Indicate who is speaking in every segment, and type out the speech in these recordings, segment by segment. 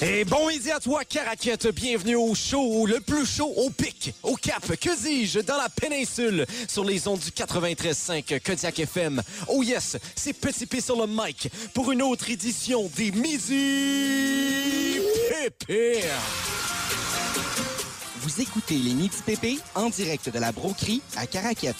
Speaker 1: Et bon midi à toi, Caraquette. Bienvenue au show, le plus chaud, au pic, au cap, que dis-je, dans la péninsule, sur les ondes du 93.5 Kodiak FM. Oh yes, c'est Petit P sur le mic pour une autre édition des Midi Pépé.
Speaker 2: Vous écoutez les Midi PP en direct de la broquerie à Caraquette.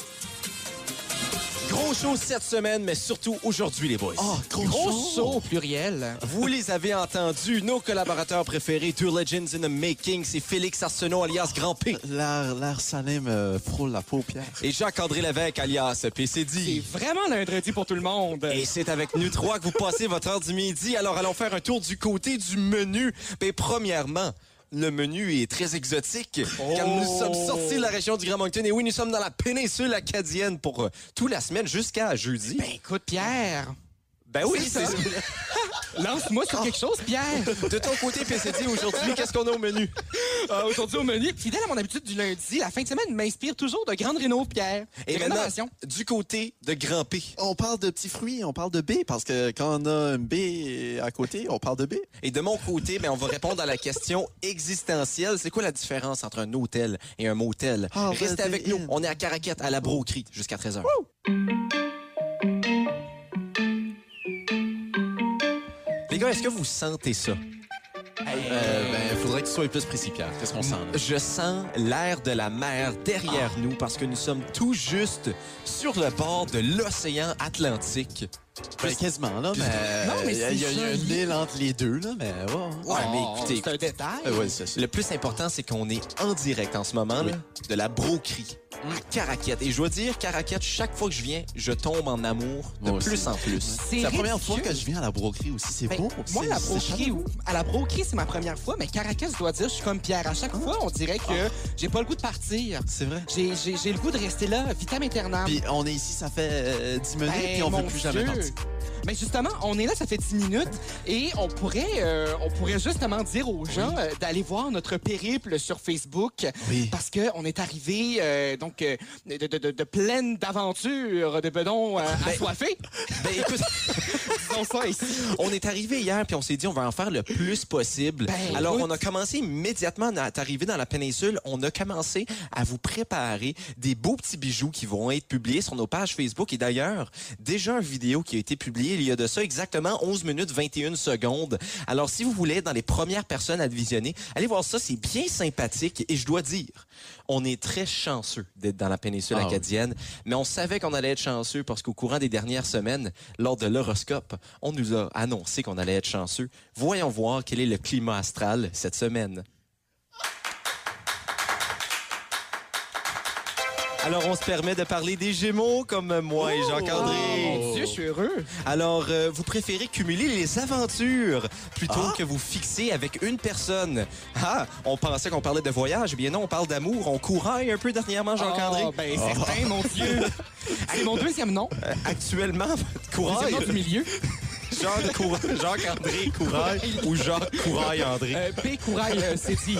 Speaker 1: Gros show cette semaine, mais surtout aujourd'hui, les boys.
Speaker 3: Ah,
Speaker 2: gros,
Speaker 1: show au
Speaker 2: pluriel.
Speaker 1: Vous les avez entendus, nos collaborateurs préférés, Two Legends in the Making, c'est Félix Arsenault alias Grand P
Speaker 4: L'air, l'air salé me frôle la paupière.
Speaker 1: et Jacques-André Lévesque alias PCD.
Speaker 3: vraiment lundi pour tout le monde.
Speaker 1: Et c'est avec nous trois que vous passez votre heure du midi. Alors, allons faire un tour du côté du menu. Mais premièrement, le menu est très exotique. Car nous sommes sortis de la région du Grand Moncton. Et oui, nous sommes dans la péninsule acadienne pour euh, toute la semaine jusqu'à jeudi.
Speaker 3: écoute, Pierre,
Speaker 1: Ben oui, c'est ça.
Speaker 3: lance-moi sur quelque chose, Pierre.
Speaker 1: De ton côté, PCD, aujourd'hui, qu'est-ce qu'on a au menu?
Speaker 3: Euh, Aujourd'hui au menu, fidèle à mon habitude du lundi, la fin de semaine m'inspire toujours de grandes rénaux, Pierre.
Speaker 1: Et
Speaker 3: Des
Speaker 1: maintenant,
Speaker 3: rénovations.
Speaker 1: du côté de Grand P.
Speaker 4: On parle de petits fruits, on parle de baie, parce que quand on a une baie à côté, on parle de baie.
Speaker 1: Et de mon côté, ben, on va répondre à la question existentielle. C'est quoi la différence entre un hôtel et un motel?
Speaker 4: Ah,
Speaker 1: Restez
Speaker 4: ben,
Speaker 1: avec
Speaker 4: t'es
Speaker 1: nous.
Speaker 4: in.
Speaker 1: On est à Caraquette, à la broquerie, jusqu'à 13h. Les gars, est-ce que vous sentez ça?
Speaker 4: Euh, ben, faudrait que ce soit plus précis, Pierre. Qu'est-ce qu'on sent? là?
Speaker 1: Je sens l'air de la mer derrière
Speaker 4: Ah.
Speaker 1: nous parce que nous sommes tout juste sur le bord de l'océan Atlantique.
Speaker 4: Ben, quasiment, là, mais... euh,
Speaker 3: Non, mais c'est
Speaker 4: Il y a, il y a une
Speaker 3: joli.
Speaker 4: île entre les deux, là, mais... Ouais, hein.
Speaker 1: Ouais, mais
Speaker 3: Oh,
Speaker 1: écoutez,
Speaker 3: c'est un détail.
Speaker 4: Ben, ouais, c'est ça.
Speaker 1: Le plus important, c'est qu'on est en direct en ce moment là, de la broquerie
Speaker 4: Mm.
Speaker 1: à Caraquette. Et je dois dire, Caraquette, chaque fois que je viens, je tombe en amour de
Speaker 4: Moi
Speaker 1: plus
Speaker 4: aussi.
Speaker 1: en plus.
Speaker 4: C'est la première fois que je viens à la broquerie aussi. C'est
Speaker 3: Ben,
Speaker 4: beau.
Speaker 3: moi,
Speaker 4: c'est-
Speaker 3: la
Speaker 4: c'est
Speaker 3: broquerie,
Speaker 4: chaleureux.
Speaker 3: à la broquerie, c'est ma première fois, mais Caracas, je dois dire, je suis comme Pierre. À chaque fois, on dirait que j'ai pas le goût de partir.
Speaker 4: C'est vrai.
Speaker 3: J'ai j'ai- j'ai le goût de rester là, vitam aeternam.
Speaker 4: Puis on est ici, ça fait euh, 10 minutes,
Speaker 3: Ben,
Speaker 4: puis on
Speaker 3: mon
Speaker 4: veut plus jamais
Speaker 3: Dieu.
Speaker 4: partir.
Speaker 3: Ben justement, on est là, ça fait 10 minutes, et on pourrait, euh, on pourrait justement dire aux gens euh, d'aller voir notre périple sur Facebook,
Speaker 4: Oui.
Speaker 3: parce qu'on est arrivé euh, donc euh, de, de, de, de pleine d'aventures, de bedons euh,
Speaker 4: Ah,
Speaker 3: assoiffés.
Speaker 1: Ben, écoute,
Speaker 3: Disons ça ici.
Speaker 1: on est arrivé hier, puis on s'est dit, on va en faire le plus possible.
Speaker 3: Ben,
Speaker 1: Alors,
Speaker 3: écoute.
Speaker 1: on a commencé immédiatement à arriver dans la péninsule. On a commencé à vous préparer des beaux petits bijoux qui vont être publiés sur nos pages Facebook. Et d'ailleurs, déjà une vidéo qui a été publiée il y a de ça exactement 11 minutes 21 secondes. Alors, si vous voulez être dans les premières personnes à le visionner, allez voir ça. C'est bien sympathique. Et je dois dire, on est très chanceux d'être dans la péninsule
Speaker 4: Ah oui.
Speaker 1: acadienne. Mais on savait qu'on allait être chanceux parce qu'au courant des dernières semaines, lors de l'horoscope, on nous a annoncé qu'on allait être chanceux. Voyons voir quel est le climat astral cette semaine. Alors, on se permet de parler des Gémeaux comme moi et Jacques-André.
Speaker 3: Oh, mon Dieu, je suis heureux.
Speaker 1: Alors, euh, vous préférez cumuler les aventures plutôt que vous fixer avec une personne. Ah, on pensait qu'on parlait de voyage. Eh bien non, on parle d'amour. On couraille un peu dernièrement, Jacques-André.
Speaker 3: Oh, ben certain, mon Dieu. C'est mon deuxième nom,
Speaker 1: Euh, Actuellement,
Speaker 3: deuxième
Speaker 1: couraille.
Speaker 3: nom du milieu.
Speaker 1: Jacques Cour- Jacques-André Couraille ou Jacques Couraille-André.
Speaker 3: Euh, P. Courail, euh, c'est dit.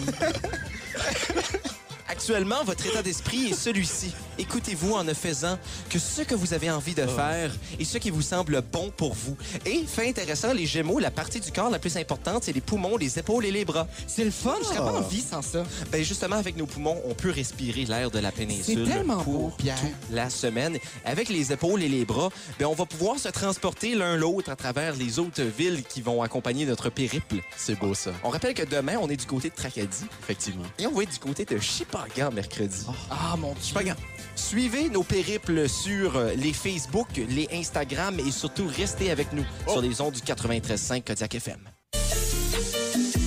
Speaker 1: Actuellement, votre état d'esprit est celui-ci. Écoutez-vous en ne faisant que ce que vous avez envie de faire et ce qui vous semble bon pour vous. Et, fait intéressant, les Gémeaux, la partie du corps la plus importante, c'est les poumons, les épaules et les bras.
Speaker 3: C'est le fun, je serais
Speaker 4: Oh.
Speaker 3: pas en vie sans ça.
Speaker 1: Ben justement, avec nos poumons, on peut respirer l'air de la péninsule
Speaker 3: tellement
Speaker 1: pour
Speaker 3: beau, Pierre.
Speaker 1: toute la semaine. Avec les épaules et les bras, ben on va pouvoir se transporter l'un l'autre à travers les autres villes qui vont accompagner notre périple.
Speaker 4: C'est beau, ça,
Speaker 1: On rappelle que demain, on est du côté de Tracadie
Speaker 4: effectivement.
Speaker 1: et on va être du côté de Chipagan mercredi.
Speaker 3: Ah, mon Dieu.
Speaker 1: Chipagan. Suivez nos périples sur euh, les Facebook, les Instagram et surtout restez avec nous sur les ondes du 93.5 Kodiak FM.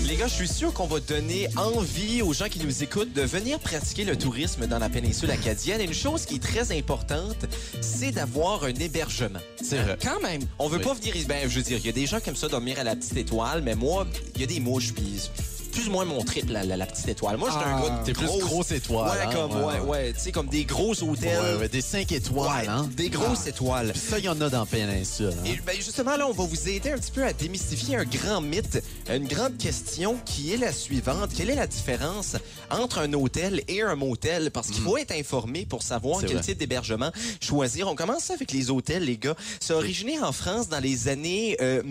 Speaker 1: Les gars, je suis sûr qu'on va donner envie aux gens qui nous écoutent de venir pratiquer le tourisme dans la péninsule acadienne. Et une chose qui est très importante, c'est d'avoir un hébergement.
Speaker 4: C'est vrai.
Speaker 3: Quand même.
Speaker 1: On veut
Speaker 4: Oui.
Speaker 1: pas venir... Ben, je veux dire, il y a des gens comme ça dormir à la petite étoile, mais moi, il y a des mouches, puis plus ou moins mon trip, la, la- la petite étoile. Moi, j'étais un
Speaker 3: Ah.
Speaker 1: gars de
Speaker 4: T'es plus
Speaker 1: grosse-
Speaker 4: grosse étoile.
Speaker 1: Ouais,
Speaker 4: hein,
Speaker 1: comme, ouais, ouais. Tu sais, comme des gros hôtels.
Speaker 4: Ouais, ouais, des 5 étoiles,
Speaker 1: Ouais,
Speaker 4: hein?
Speaker 1: Des grosses étoiles.
Speaker 4: Puis ça, il y en a dans la péninsule. hein.
Speaker 1: Et ben, justement, là, on va vous aider un petit peu à démystifier un grand mythe, une grande question qui est la suivante. Quelle est la différence entre un hôtel et un motel? Parce qu'il faut être informé pour savoir
Speaker 4: Hmm. C'est
Speaker 1: quel
Speaker 4: vrai.
Speaker 1: type d'hébergement choisir. On commence avec les hôtels, les gars. C'est originé en France dans les années euh,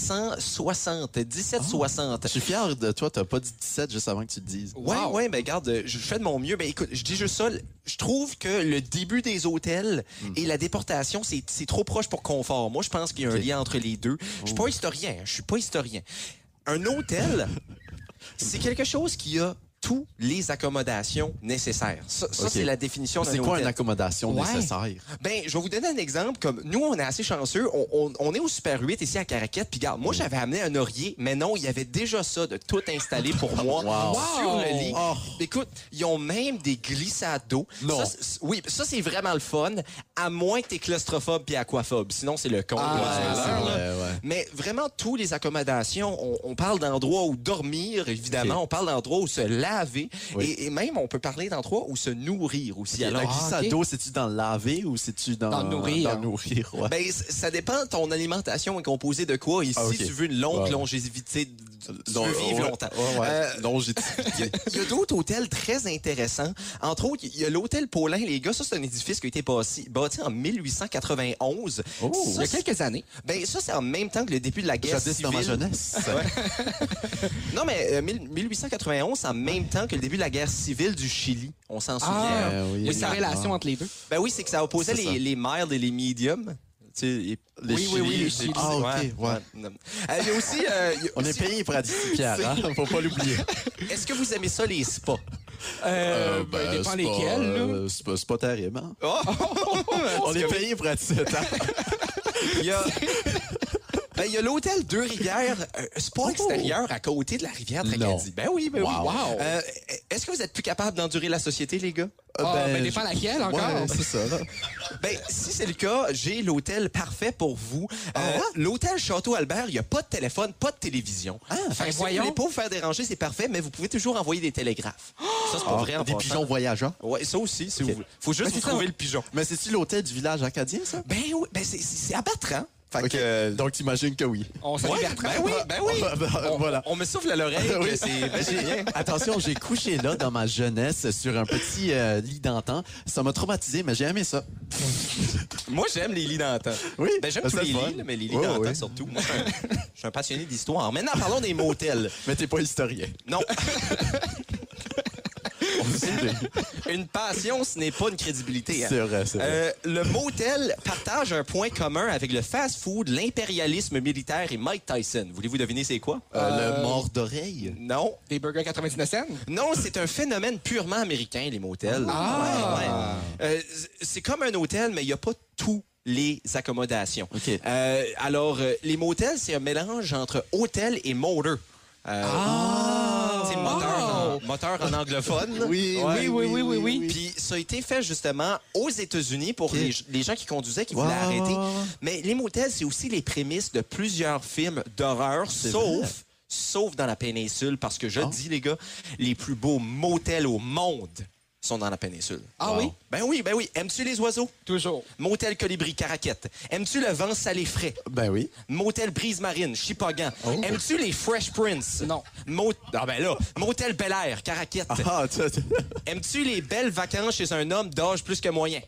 Speaker 1: 1760, 1760.
Speaker 4: Je suis fier de toi, t'as pas dit 17 juste avant que tu le dises.
Speaker 1: Ouais,
Speaker 3: Wow.
Speaker 1: ouais, mais regarde, euh, je fais de mon mieux. Mais écoute, je dis juste ça. l- Je trouve que le début des hôtels
Speaker 4: Hmm.
Speaker 1: et la déportation, c'est c'est trop proche pour confort. Moi, je pense qu'il y a un
Speaker 4: Ok. Oh.
Speaker 1: lien entre les deux. Je suis pas historien. hein, Je suis pas historien. Un hôtel, c'est quelque chose qui a tous les accommodations nécessaires. Ça, ça,
Speaker 4: Ok.
Speaker 1: c'est la définition d'un
Speaker 4: C'est quoi
Speaker 1: hôtel.
Speaker 4: une accommodation
Speaker 3: Ouais.
Speaker 4: nécessaire?
Speaker 1: Ben, je vais vous donner un exemple. Comme nous, on est assez chanceux. On, on- on est au Super 8 ici à Caraquette. Puis, regarde,
Speaker 4: Mm.
Speaker 1: moi, j'avais amené un oreiller, mais non, il y avait déjà ça de tout installé pour moi
Speaker 4: Wow.
Speaker 1: sur le lit.
Speaker 4: Oh.
Speaker 1: Écoute, ils ont même des glissades d'eau.
Speaker 4: Non.
Speaker 1: Ça, c'est- oui, ça, c'est vraiment le fun, à moins que t'es claustrophobe puis aquaphobe. Sinon, c'est le con.
Speaker 3: Ah,
Speaker 1: du
Speaker 3: c'est
Speaker 1: bonheur,
Speaker 4: vrai,
Speaker 1: là.
Speaker 4: ouais.
Speaker 1: Mais vraiment, tous les accommodations, on, on parle d'endroits où dormir, évidemment.
Speaker 4: Ok.
Speaker 1: On parle d'endroits où se laver.
Speaker 4: Oui.
Speaker 1: Et, et même, on peut parler d'endroits où se nourrir aussi.
Speaker 4: la
Speaker 1: Alors,
Speaker 4: glissade
Speaker 3: ok.
Speaker 4: d'eau, c'est-tu dans le laver ou c'est-tu dans,
Speaker 3: Dans le nourrir.
Speaker 4: Dans le nourrir, ouais.
Speaker 1: ben, c- ça dépend, ton alimentation est composée de quoi. Et
Speaker 4: Ah,
Speaker 1: si
Speaker 4: ok.
Speaker 1: tu veux une longue
Speaker 4: Ouais.
Speaker 1: longévité, d- tu
Speaker 4: Long-
Speaker 1: veux vivre
Speaker 4: ouais,
Speaker 1: longtemps.
Speaker 4: Ouais, ouais.
Speaker 1: Euh,
Speaker 4: Longévité.
Speaker 1: Il y a d'autres hôtels très intéressants. Entre autres, il y a l'hôtel Paulin, les gars. Ça, c'est un édifice qui a été bâti, bâti en 1891.
Speaker 4: Oh.
Speaker 3: Il y a
Speaker 1: Ça, c'est-
Speaker 3: quelques années.
Speaker 1: ben, ça, c'est en même temps que le début de la guerre
Speaker 4: Jadis
Speaker 1: civile.
Speaker 4: dans ma jeunesse.
Speaker 1: Non, mais euh, 1891, c'est en même temps que le début de la guerre civile du Chili. On s'en souvient.
Speaker 3: Ah,
Speaker 4: oui,
Speaker 3: oui,
Speaker 4: oui,
Speaker 3: sa
Speaker 4: oui.
Speaker 3: relation entre les deux.
Speaker 1: Ben oui, c'est que ça opposait
Speaker 4: C'est ça.
Speaker 1: les, les mild et les medium. Tu sais, les, les
Speaker 3: Oui, oui, oui,
Speaker 1: Chili,
Speaker 3: les Chili.
Speaker 4: Ah, ok, ouais.
Speaker 1: Euh, Il y a aussi... euh, il y a
Speaker 4: On est
Speaker 1: aussi-
Speaker 4: payé pour la disciplinaire, hein? Faut pas l'oublier.
Speaker 1: Est-ce que vous aimez ça, les spas?
Speaker 3: Euh, ben,
Speaker 4: ben,
Speaker 3: dépend
Speaker 4: c'est
Speaker 3: lesquels,
Speaker 4: pas,
Speaker 3: là.
Speaker 4: euh, c'est pas, c'est pas terrible, hein?
Speaker 1: Oh!
Speaker 4: On est payé pour la 17 ans.
Speaker 1: Il y a... Ben, il y a l'hôtel Deux Rivières, euh, spa extérieur à côté de la rivière Tracadie.
Speaker 4: Non.
Speaker 1: Ben oui, ben
Speaker 4: Wow.
Speaker 1: oui.
Speaker 3: Wow.
Speaker 1: Euh, Est-ce que vous êtes plus capable d'endurer la société, les gars? Euh,
Speaker 3: Ah, ben,
Speaker 4: je-
Speaker 3: dépend laquelle, encore.
Speaker 4: Ouais, c'est ça, là.
Speaker 1: Ben, si c'est le cas, j'ai l'hôtel parfait pour vous. Euh, l'hôtel Château Albert, il n'y a pas de téléphone, pas de télévision. Ah,
Speaker 3: ben
Speaker 1: si vous
Speaker 3: voyons.
Speaker 1: voulez pas vous faire déranger, c'est parfait, mais vous pouvez toujours envoyer des télégraphes. Ça, c'est pas vrai en
Speaker 4: Ah, Des
Speaker 1: passant.
Speaker 4: pigeons voyageurs.
Speaker 1: Ouais, ça aussi, si
Speaker 4: Ok.
Speaker 1: vous voulez. Faut juste
Speaker 3: Ben,
Speaker 1: vous
Speaker 3: c'est ça.
Speaker 1: trouver le pigeon.
Speaker 4: Mais c'est-tu l'hôtel du village acadien, ça?
Speaker 1: Ben oui, ben c'est- c'est c'est abattrant. Fait
Speaker 4: Ok,
Speaker 1: que, euh,
Speaker 4: Donc, t'imagines que oui.
Speaker 3: On s'en
Speaker 1: ouais, ben oui, ben oui. On-
Speaker 4: voilà.
Speaker 1: On me souffle à l'oreille que
Speaker 4: Oui.
Speaker 1: c'est ben, c'est bien.
Speaker 4: Attention, j'ai couché là dans ma jeunesse sur un petit euh, lit d'antan. Ça m'a traumatisé, mais j'ai aimé ça.
Speaker 1: Moi, j'aime les lits d'antan.
Speaker 4: Oui,
Speaker 1: Ben, j'aime
Speaker 4: ben,
Speaker 1: tous
Speaker 4: c'est
Speaker 1: les
Speaker 4: le fun.
Speaker 1: lits, là, mais les lits
Speaker 4: Oui,
Speaker 1: d'antan
Speaker 4: oui.
Speaker 1: surtout. Moi, je suis un- je suis un passionné d'histoire. Maintenant, parlons des motels.
Speaker 4: Mais t'es pas historien.
Speaker 1: Non,
Speaker 4: On sait.
Speaker 1: une passion, ce n'est pas une crédibilité. hein.
Speaker 4: C'est vrai, c'est vrai.
Speaker 1: Euh, le motel partage un point commun avec le fast-food, l'impérialisme militaire et Mike Tyson. Voulez-vous deviner c'est quoi?
Speaker 4: Euh,
Speaker 3: euh,
Speaker 4: Le mort d'oreille.
Speaker 1: Non.
Speaker 3: Des burgers 99 cents?
Speaker 1: Non, c'est un phénomène purement américain, les motels.
Speaker 3: Ah!
Speaker 1: Ouais, ouais. Euh, c- c'est comme un hôtel, mais il n'y a pas tous les accommodations.
Speaker 4: OK.
Speaker 1: Euh, alors, euh, les motels, c'est un mélange entre hôtel et motor. Euh, C'est moteur, en, moteur en anglophone. là. Ouais.
Speaker 3: Ah! Oh! oui, oui, oui, oui, oui.
Speaker 1: Puis ça a été fait justement aux États-Unis pour les, les gens qui conduisaient, qui
Speaker 4: Ouais,
Speaker 1: voulaient arrêter.
Speaker 4: ouais, ouais.
Speaker 1: Mais les motels, c'est aussi les prémices de plusieurs films d'horreur, sauf.
Speaker 4: vrai.
Speaker 1: Sauf dans la péninsule, parce que je
Speaker 4: Ah.
Speaker 1: dis, les gars, les plus beaux motels au monde sont dans la péninsule.
Speaker 3: Ah oui?
Speaker 1: Ben oui, ben oui. Aimes-tu les oiseaux?
Speaker 3: Toujours.
Speaker 1: Motel Colibri, Caraquette. Aimes-tu le vent salé frais?
Speaker 4: Ben oui.
Speaker 1: Motel Brise Marine, Chipagan.
Speaker 4: Oh.
Speaker 1: Aimes-tu les Fresh Prince?
Speaker 3: Non.
Speaker 1: Mot- Ah ben là, Motel Bel Air, Caraquette.
Speaker 4: Ah, tu- tu-
Speaker 1: Aimes-tu les belles vacances chez un homme d'âge plus que moyen?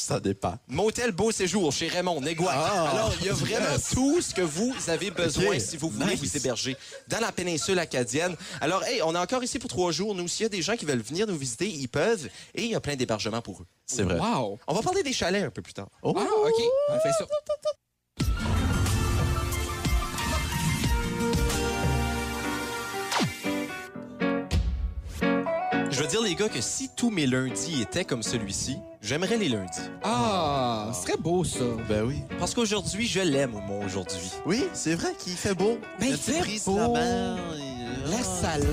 Speaker 4: ça dépend.
Speaker 1: Motel Beau Séjour chez Raymond Négois.
Speaker 4: Ah,
Speaker 1: Alors, il y a vraiment tout ce que vous avez besoin
Speaker 4: Ok,
Speaker 1: si vous voulez
Speaker 4: nice.
Speaker 1: vous héberger dans la péninsule acadienne. Alors, hey, on est encore ici pour trois jours. Nous, s'il y a des gens qui veulent venir nous visiter, ils peuvent. Et il y a plein d'hébergements pour eux.
Speaker 4: C'est vrai.
Speaker 3: Wow.
Speaker 1: On va parler des chalets un peu plus tard.
Speaker 4: Oh.
Speaker 3: Ah, OK. On fait ça.
Speaker 1: Je veux dire, les gars, que si tous mes lundis étaient comme celui-ci, j'aimerais les lundis.
Speaker 3: Ah, ce serait beau, ça.
Speaker 4: Ben oui.
Speaker 1: Parce qu'aujourd'hui, je l'aime, moi, aujourd'hui.
Speaker 4: Oui, c'est vrai qu'il fait beau.
Speaker 3: Ben,
Speaker 4: La
Speaker 3: il
Speaker 4: petite
Speaker 3: fait
Speaker 4: brise
Speaker 3: beau.
Speaker 4: de la mer. et-
Speaker 3: La
Speaker 4: Ah,
Speaker 3: salade.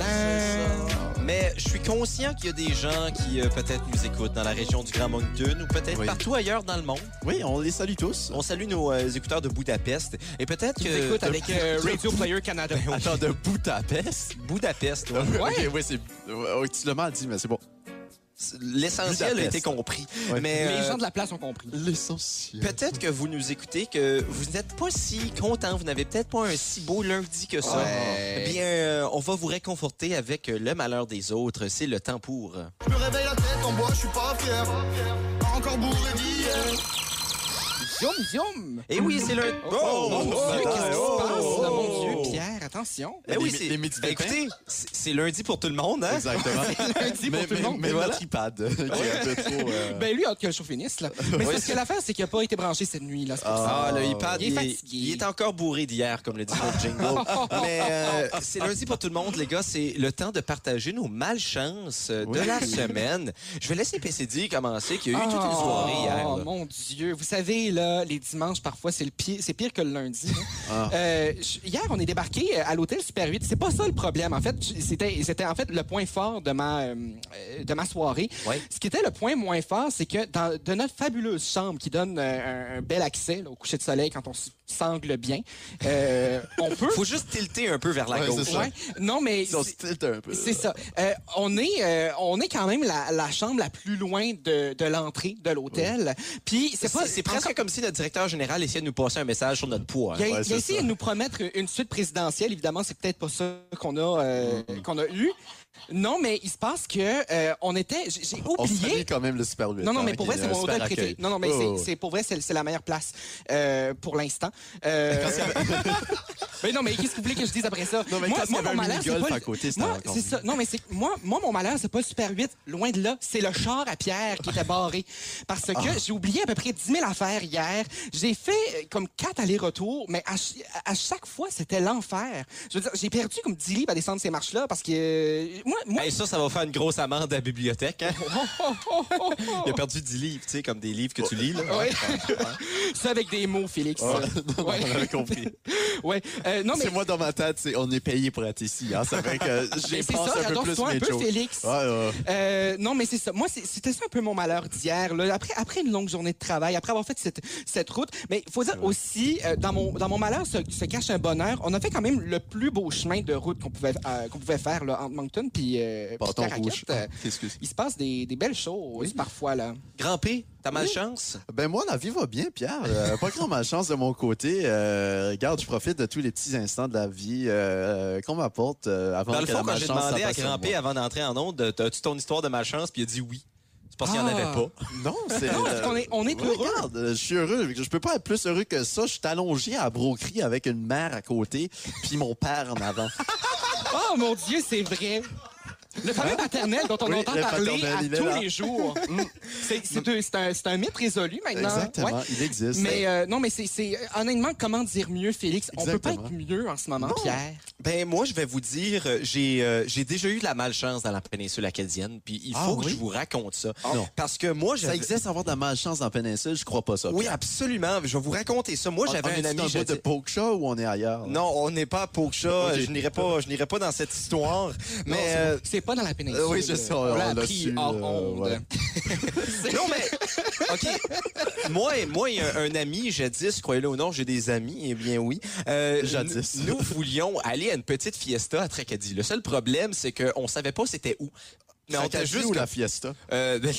Speaker 4: c'est ça.
Speaker 1: Mais je suis conscient qu'il y a des gens qui euh, peut-être nous écoutent dans la région du Grand Moncton ou peut-être
Speaker 4: Oui.
Speaker 1: partout ailleurs dans le monde.
Speaker 4: Oui, on les salue tous.
Speaker 1: On salue nos euh, écouteurs de Budapest et peut-être
Speaker 3: Ils
Speaker 1: que Ben
Speaker 3: écoutent avec euh, Ben, Radio Player Canada.
Speaker 4: Attends, de Budapest?
Speaker 1: Budapest, ouais.
Speaker 4: Ouais. oui, c'est... ouais, tu l'as mal dit, mais c'est bon.
Speaker 1: l'essentiel a
Speaker 4: Budapest.
Speaker 1: été compris.
Speaker 4: Ouais.
Speaker 1: Mais
Speaker 3: Les
Speaker 1: euh,
Speaker 3: gens de la place ont compris.
Speaker 4: L'essentiel.
Speaker 1: peut-être que vous nous écoutez, que vous n'êtes pas si content, vous n'avez peut-être pas un si beau lundi que ça.
Speaker 3: Ouais.
Speaker 1: Eh Bien, euh, on va vous réconforter avec euh, le malheur des autres. C'est le temps pour.
Speaker 5: Je me réveille la tête en bois, je suis pas fier. Encore bourré d'hier.
Speaker 3: Zoom, zoom!
Speaker 1: Et Eh oui, c'est le.
Speaker 3: Oh, mon Dieu, qu'est-ce qui se passe, là, mon
Speaker 1: Oh.
Speaker 3: Dieu, Pierre? Attention!
Speaker 1: Eh oui,
Speaker 4: Les-
Speaker 1: c'est-
Speaker 4: les midi
Speaker 1: Ben,
Speaker 4: pépins.
Speaker 1: écoutez, c'est c'est lundi pour tout le monde, hein?
Speaker 4: Exactement.
Speaker 3: Lundi pour
Speaker 4: mais,
Speaker 3: tout le
Speaker 4: mais-
Speaker 3: monde.
Speaker 4: mais
Speaker 3: Et
Speaker 4: notre
Speaker 3: voilà.
Speaker 4: iPad, qui est un peu trop... euh,
Speaker 3: Ben lui, hâte que le show finisse, là. Mais c'est parce que l'affaire, c'est qu'il n'a pas été branché cette nuit, là. c'est pour ça.
Speaker 1: Ah, le iPad,
Speaker 3: Il est
Speaker 1: il est,
Speaker 3: fatigué.
Speaker 1: il est encore bourré d'hier, comme le dit notre jingle. Mais euh, c'est lundi pour tout le monde, les gars. C'est le temps de partager nos malchances euh, de
Speaker 4: Oui.
Speaker 1: la semaine. Je vais laisser PCD commencer, qui a eu toute
Speaker 3: Ah,
Speaker 1: une soirée hier. là.
Speaker 3: mon Dieu. Vous savez, là, les dimanches, parfois, c'est le pire, c'est pire que le lundi. hein.
Speaker 4: Ah.
Speaker 3: Euh, j- hier, on est débarqué euh, à l'hôtel Super 8. C'est pas ça le problème. En fait, j- c'était, c'était en fait le point fort de ma, euh, euh, de ma soirée.
Speaker 1: Ouais.
Speaker 3: Ce qui était le point moins fort, c'est que dans, de notre fabuleuse chambre qui donne euh, un, un bel accès là, au coucher de soleil quand on s- sangle bien, euh, on peut.
Speaker 1: Faut juste tilter un peu vers la
Speaker 4: Ouais,
Speaker 1: gauche.
Speaker 4: c'est ça.
Speaker 3: Ouais. Non, mais.
Speaker 4: on
Speaker 3: c'est-
Speaker 4: se tilte un peu.
Speaker 3: c'est ça. Euh, on, est, euh, on est quand même la, la chambre la plus loin de, de l'entrée de l'hôtel. Puis c'est pas.
Speaker 1: C'est presque comme si notre directeur général essayait de nous passer un message sur notre poids. hein.
Speaker 3: Il a,
Speaker 4: Ouais,
Speaker 3: il a
Speaker 4: c'est
Speaker 3: essayé
Speaker 4: ça.
Speaker 3: de nous promettre une suite présidentielle. Évidemment, c'est peut-être pas ça qu'on a, euh, qu'on a eu. Non, mais il se passe que euh, on était. j'ai- J'ai
Speaker 4: On salue
Speaker 3: oublié.
Speaker 4: quand même le Super 8.
Speaker 3: Non, non,
Speaker 4: hein,
Speaker 3: mais pour
Speaker 4: qui
Speaker 3: vrai,
Speaker 4: est
Speaker 3: c'est
Speaker 4: un
Speaker 3: mon
Speaker 4: super Oh,
Speaker 3: hôtel préféré.
Speaker 4: accueil.
Speaker 3: Non, non, mais
Speaker 4: Ouais,
Speaker 3: c'est-
Speaker 4: ouais, ouais.
Speaker 3: c'est pour vrai, c'est c'est la meilleure place euh, pour l'instant. Euh, mais non, mais qu'est-ce que vous voulez que je dise après ça?
Speaker 4: Non, mais
Speaker 3: moi,
Speaker 4: quand
Speaker 3: moi,
Speaker 4: il y
Speaker 3: mon
Speaker 4: avait un
Speaker 3: malheur, c'est
Speaker 4: mini-golf
Speaker 3: pas le-
Speaker 4: à côté, c'était
Speaker 3: moi,
Speaker 4: encore
Speaker 3: c'est
Speaker 4: mieux.
Speaker 3: ça. Non, mais c'est moi, moi, mon malheur, c'est pas le Super 8, loin de là. C'est le char à Pierre qui était barré. Parce que
Speaker 4: Ah.
Speaker 3: j'ai oublié à peu près 10 000 affaires hier. J'ai fait euh, comme quatre allers-retours, mais à, ch- à chaque fois, c'était l'enfer. Je veux dire, j'ai perdu comme 10 livres à descendre ces marches-là parce que, euh, moi, moi,
Speaker 1: Hey, ça, ça va faire une grosse amende à la bibliothèque. hein. Il a perdu 10 livres, tu sais, comme des livres que tu lis. là.
Speaker 3: Ouais. ça avec des mots, Félix.
Speaker 4: Non,
Speaker 3: Ouais.
Speaker 4: On avait compris.
Speaker 3: Ouais. Euh, non, mais
Speaker 4: C'est moi dans ma tête, c'est on est payé pour être ici. Hein. Ça fait que
Speaker 3: Mais
Speaker 4: j'ai
Speaker 3: c'est
Speaker 4: pense
Speaker 3: ça,
Speaker 4: un peu
Speaker 3: j'adore
Speaker 4: plus
Speaker 3: toi un
Speaker 4: mes
Speaker 3: peu,
Speaker 4: jokes.
Speaker 3: Félix.
Speaker 4: Ouais, ouais.
Speaker 3: Euh, non, mais c'est ça. Moi, c'est- c'était ça un peu mon malheur d'hier. là. Après, après une longue journée de travail, après avoir fait cette, cette route, mais il faut dire aussi, euh, dans, mon, dans mon malheur se, se cache un bonheur. On a fait quand même le plus beau chemin de route qu'on pouvait, euh, qu'on pouvait faire là, entre Moncton puis euh, puis
Speaker 4: Bâton
Speaker 3: Caracat.
Speaker 4: rouge.
Speaker 3: Euh,
Speaker 4: Excuse.
Speaker 3: Il se passe des, des belles choses parfois. là.
Speaker 1: Grand P, t'as malchance?
Speaker 4: Ben moi, la vie va bien, Pierre. Euh, pas grand malchance de mon côté. Euh, regarde, je profite de tous les petits instants de la vie euh, qu'on m'apporte euh, avant
Speaker 1: Dans le
Speaker 4: que
Speaker 1: fond,
Speaker 4: la
Speaker 1: quand j'ai
Speaker 4: malchance
Speaker 1: demandé à
Speaker 4: s'abatte sur
Speaker 1: Grand P
Speaker 4: moi.
Speaker 1: avant d'entrer en onde, euh, t'as-tu ton histoire de malchance? Puis il a dit oui. C'est parce qu'il n'y en
Speaker 3: Ah.
Speaker 1: avait pas.
Speaker 4: Non, c'est...
Speaker 3: Non, parce qu'on est- on est
Speaker 4: ouais,
Speaker 3: heureux.
Speaker 4: Regarde, euh, je suis heureux. Je peux pas être plus heureux que ça. Je suis allongé à broquerie avec une mère à côté puis mon père en avant.
Speaker 3: Oh mon Dieu, c'est vrai. Le fameux paternel dont on
Speaker 4: Hein? Oui,
Speaker 3: entend
Speaker 4: le
Speaker 3: parler
Speaker 4: paternel,
Speaker 3: à
Speaker 4: il est
Speaker 3: tous
Speaker 4: là.
Speaker 3: les jours. Mm. C'est- C'est un- c'est un, c'est un mythe résolu maintenant. Ouais.
Speaker 4: Exactement, il existe.
Speaker 3: Mais euh, non, mais c'est- c'est honnêtement comment dire mieux, Félix. On peut
Speaker 4: Exactement.
Speaker 3: pas être mieux en ce moment, Pierre.
Speaker 1: Ben moi, je vais vous dire, euh, j'ai euh, j'ai déjà eu de la malchance dans la péninsule acadienne, puis il faut
Speaker 4: Ah
Speaker 1: que
Speaker 4: oui?
Speaker 1: je vous raconte ça.
Speaker 4: Non.
Speaker 1: Parce que moi,
Speaker 4: Ça
Speaker 1: j'avais...
Speaker 4: existe avoir de la malchance en péninsule, je crois pas ça.
Speaker 1: Oui,
Speaker 4: Pierre.
Speaker 1: absolument. Je vais vous raconter ça. Moi,
Speaker 4: On- on
Speaker 1: j'avais un
Speaker 4: est-tu
Speaker 1: ami...
Speaker 4: dans le bout
Speaker 1: j'étais-
Speaker 4: de poke show ou on est ailleurs? là?
Speaker 1: Non, on n'est pas à Pokcha.
Speaker 4: Ok.
Speaker 1: Je n'irai pas, je n'irai pas dans cette histoire. Mais euh,
Speaker 3: C'est pas dans la péninsule.
Speaker 4: euh, oui, je sais, on-
Speaker 3: On l'a
Speaker 4: on l'a
Speaker 3: appris
Speaker 4: su,
Speaker 3: hors
Speaker 4: euh,
Speaker 3: onde.
Speaker 4: ouais.
Speaker 1: non, mais ok. Moi, et- moi, et un, un ami jadis, croyez-le ou non, j'ai des amis. Eh bien, oui. Euh,
Speaker 4: Jadis.
Speaker 1: Nous, nous voulions aller à une petite fiesta à Tracadie. Le seul problème, c'est qu'on savait pas c'était où. Mais on
Speaker 4: Tracadie
Speaker 1: t'a juste
Speaker 4: ou la fiesta?
Speaker 1: Euh, de-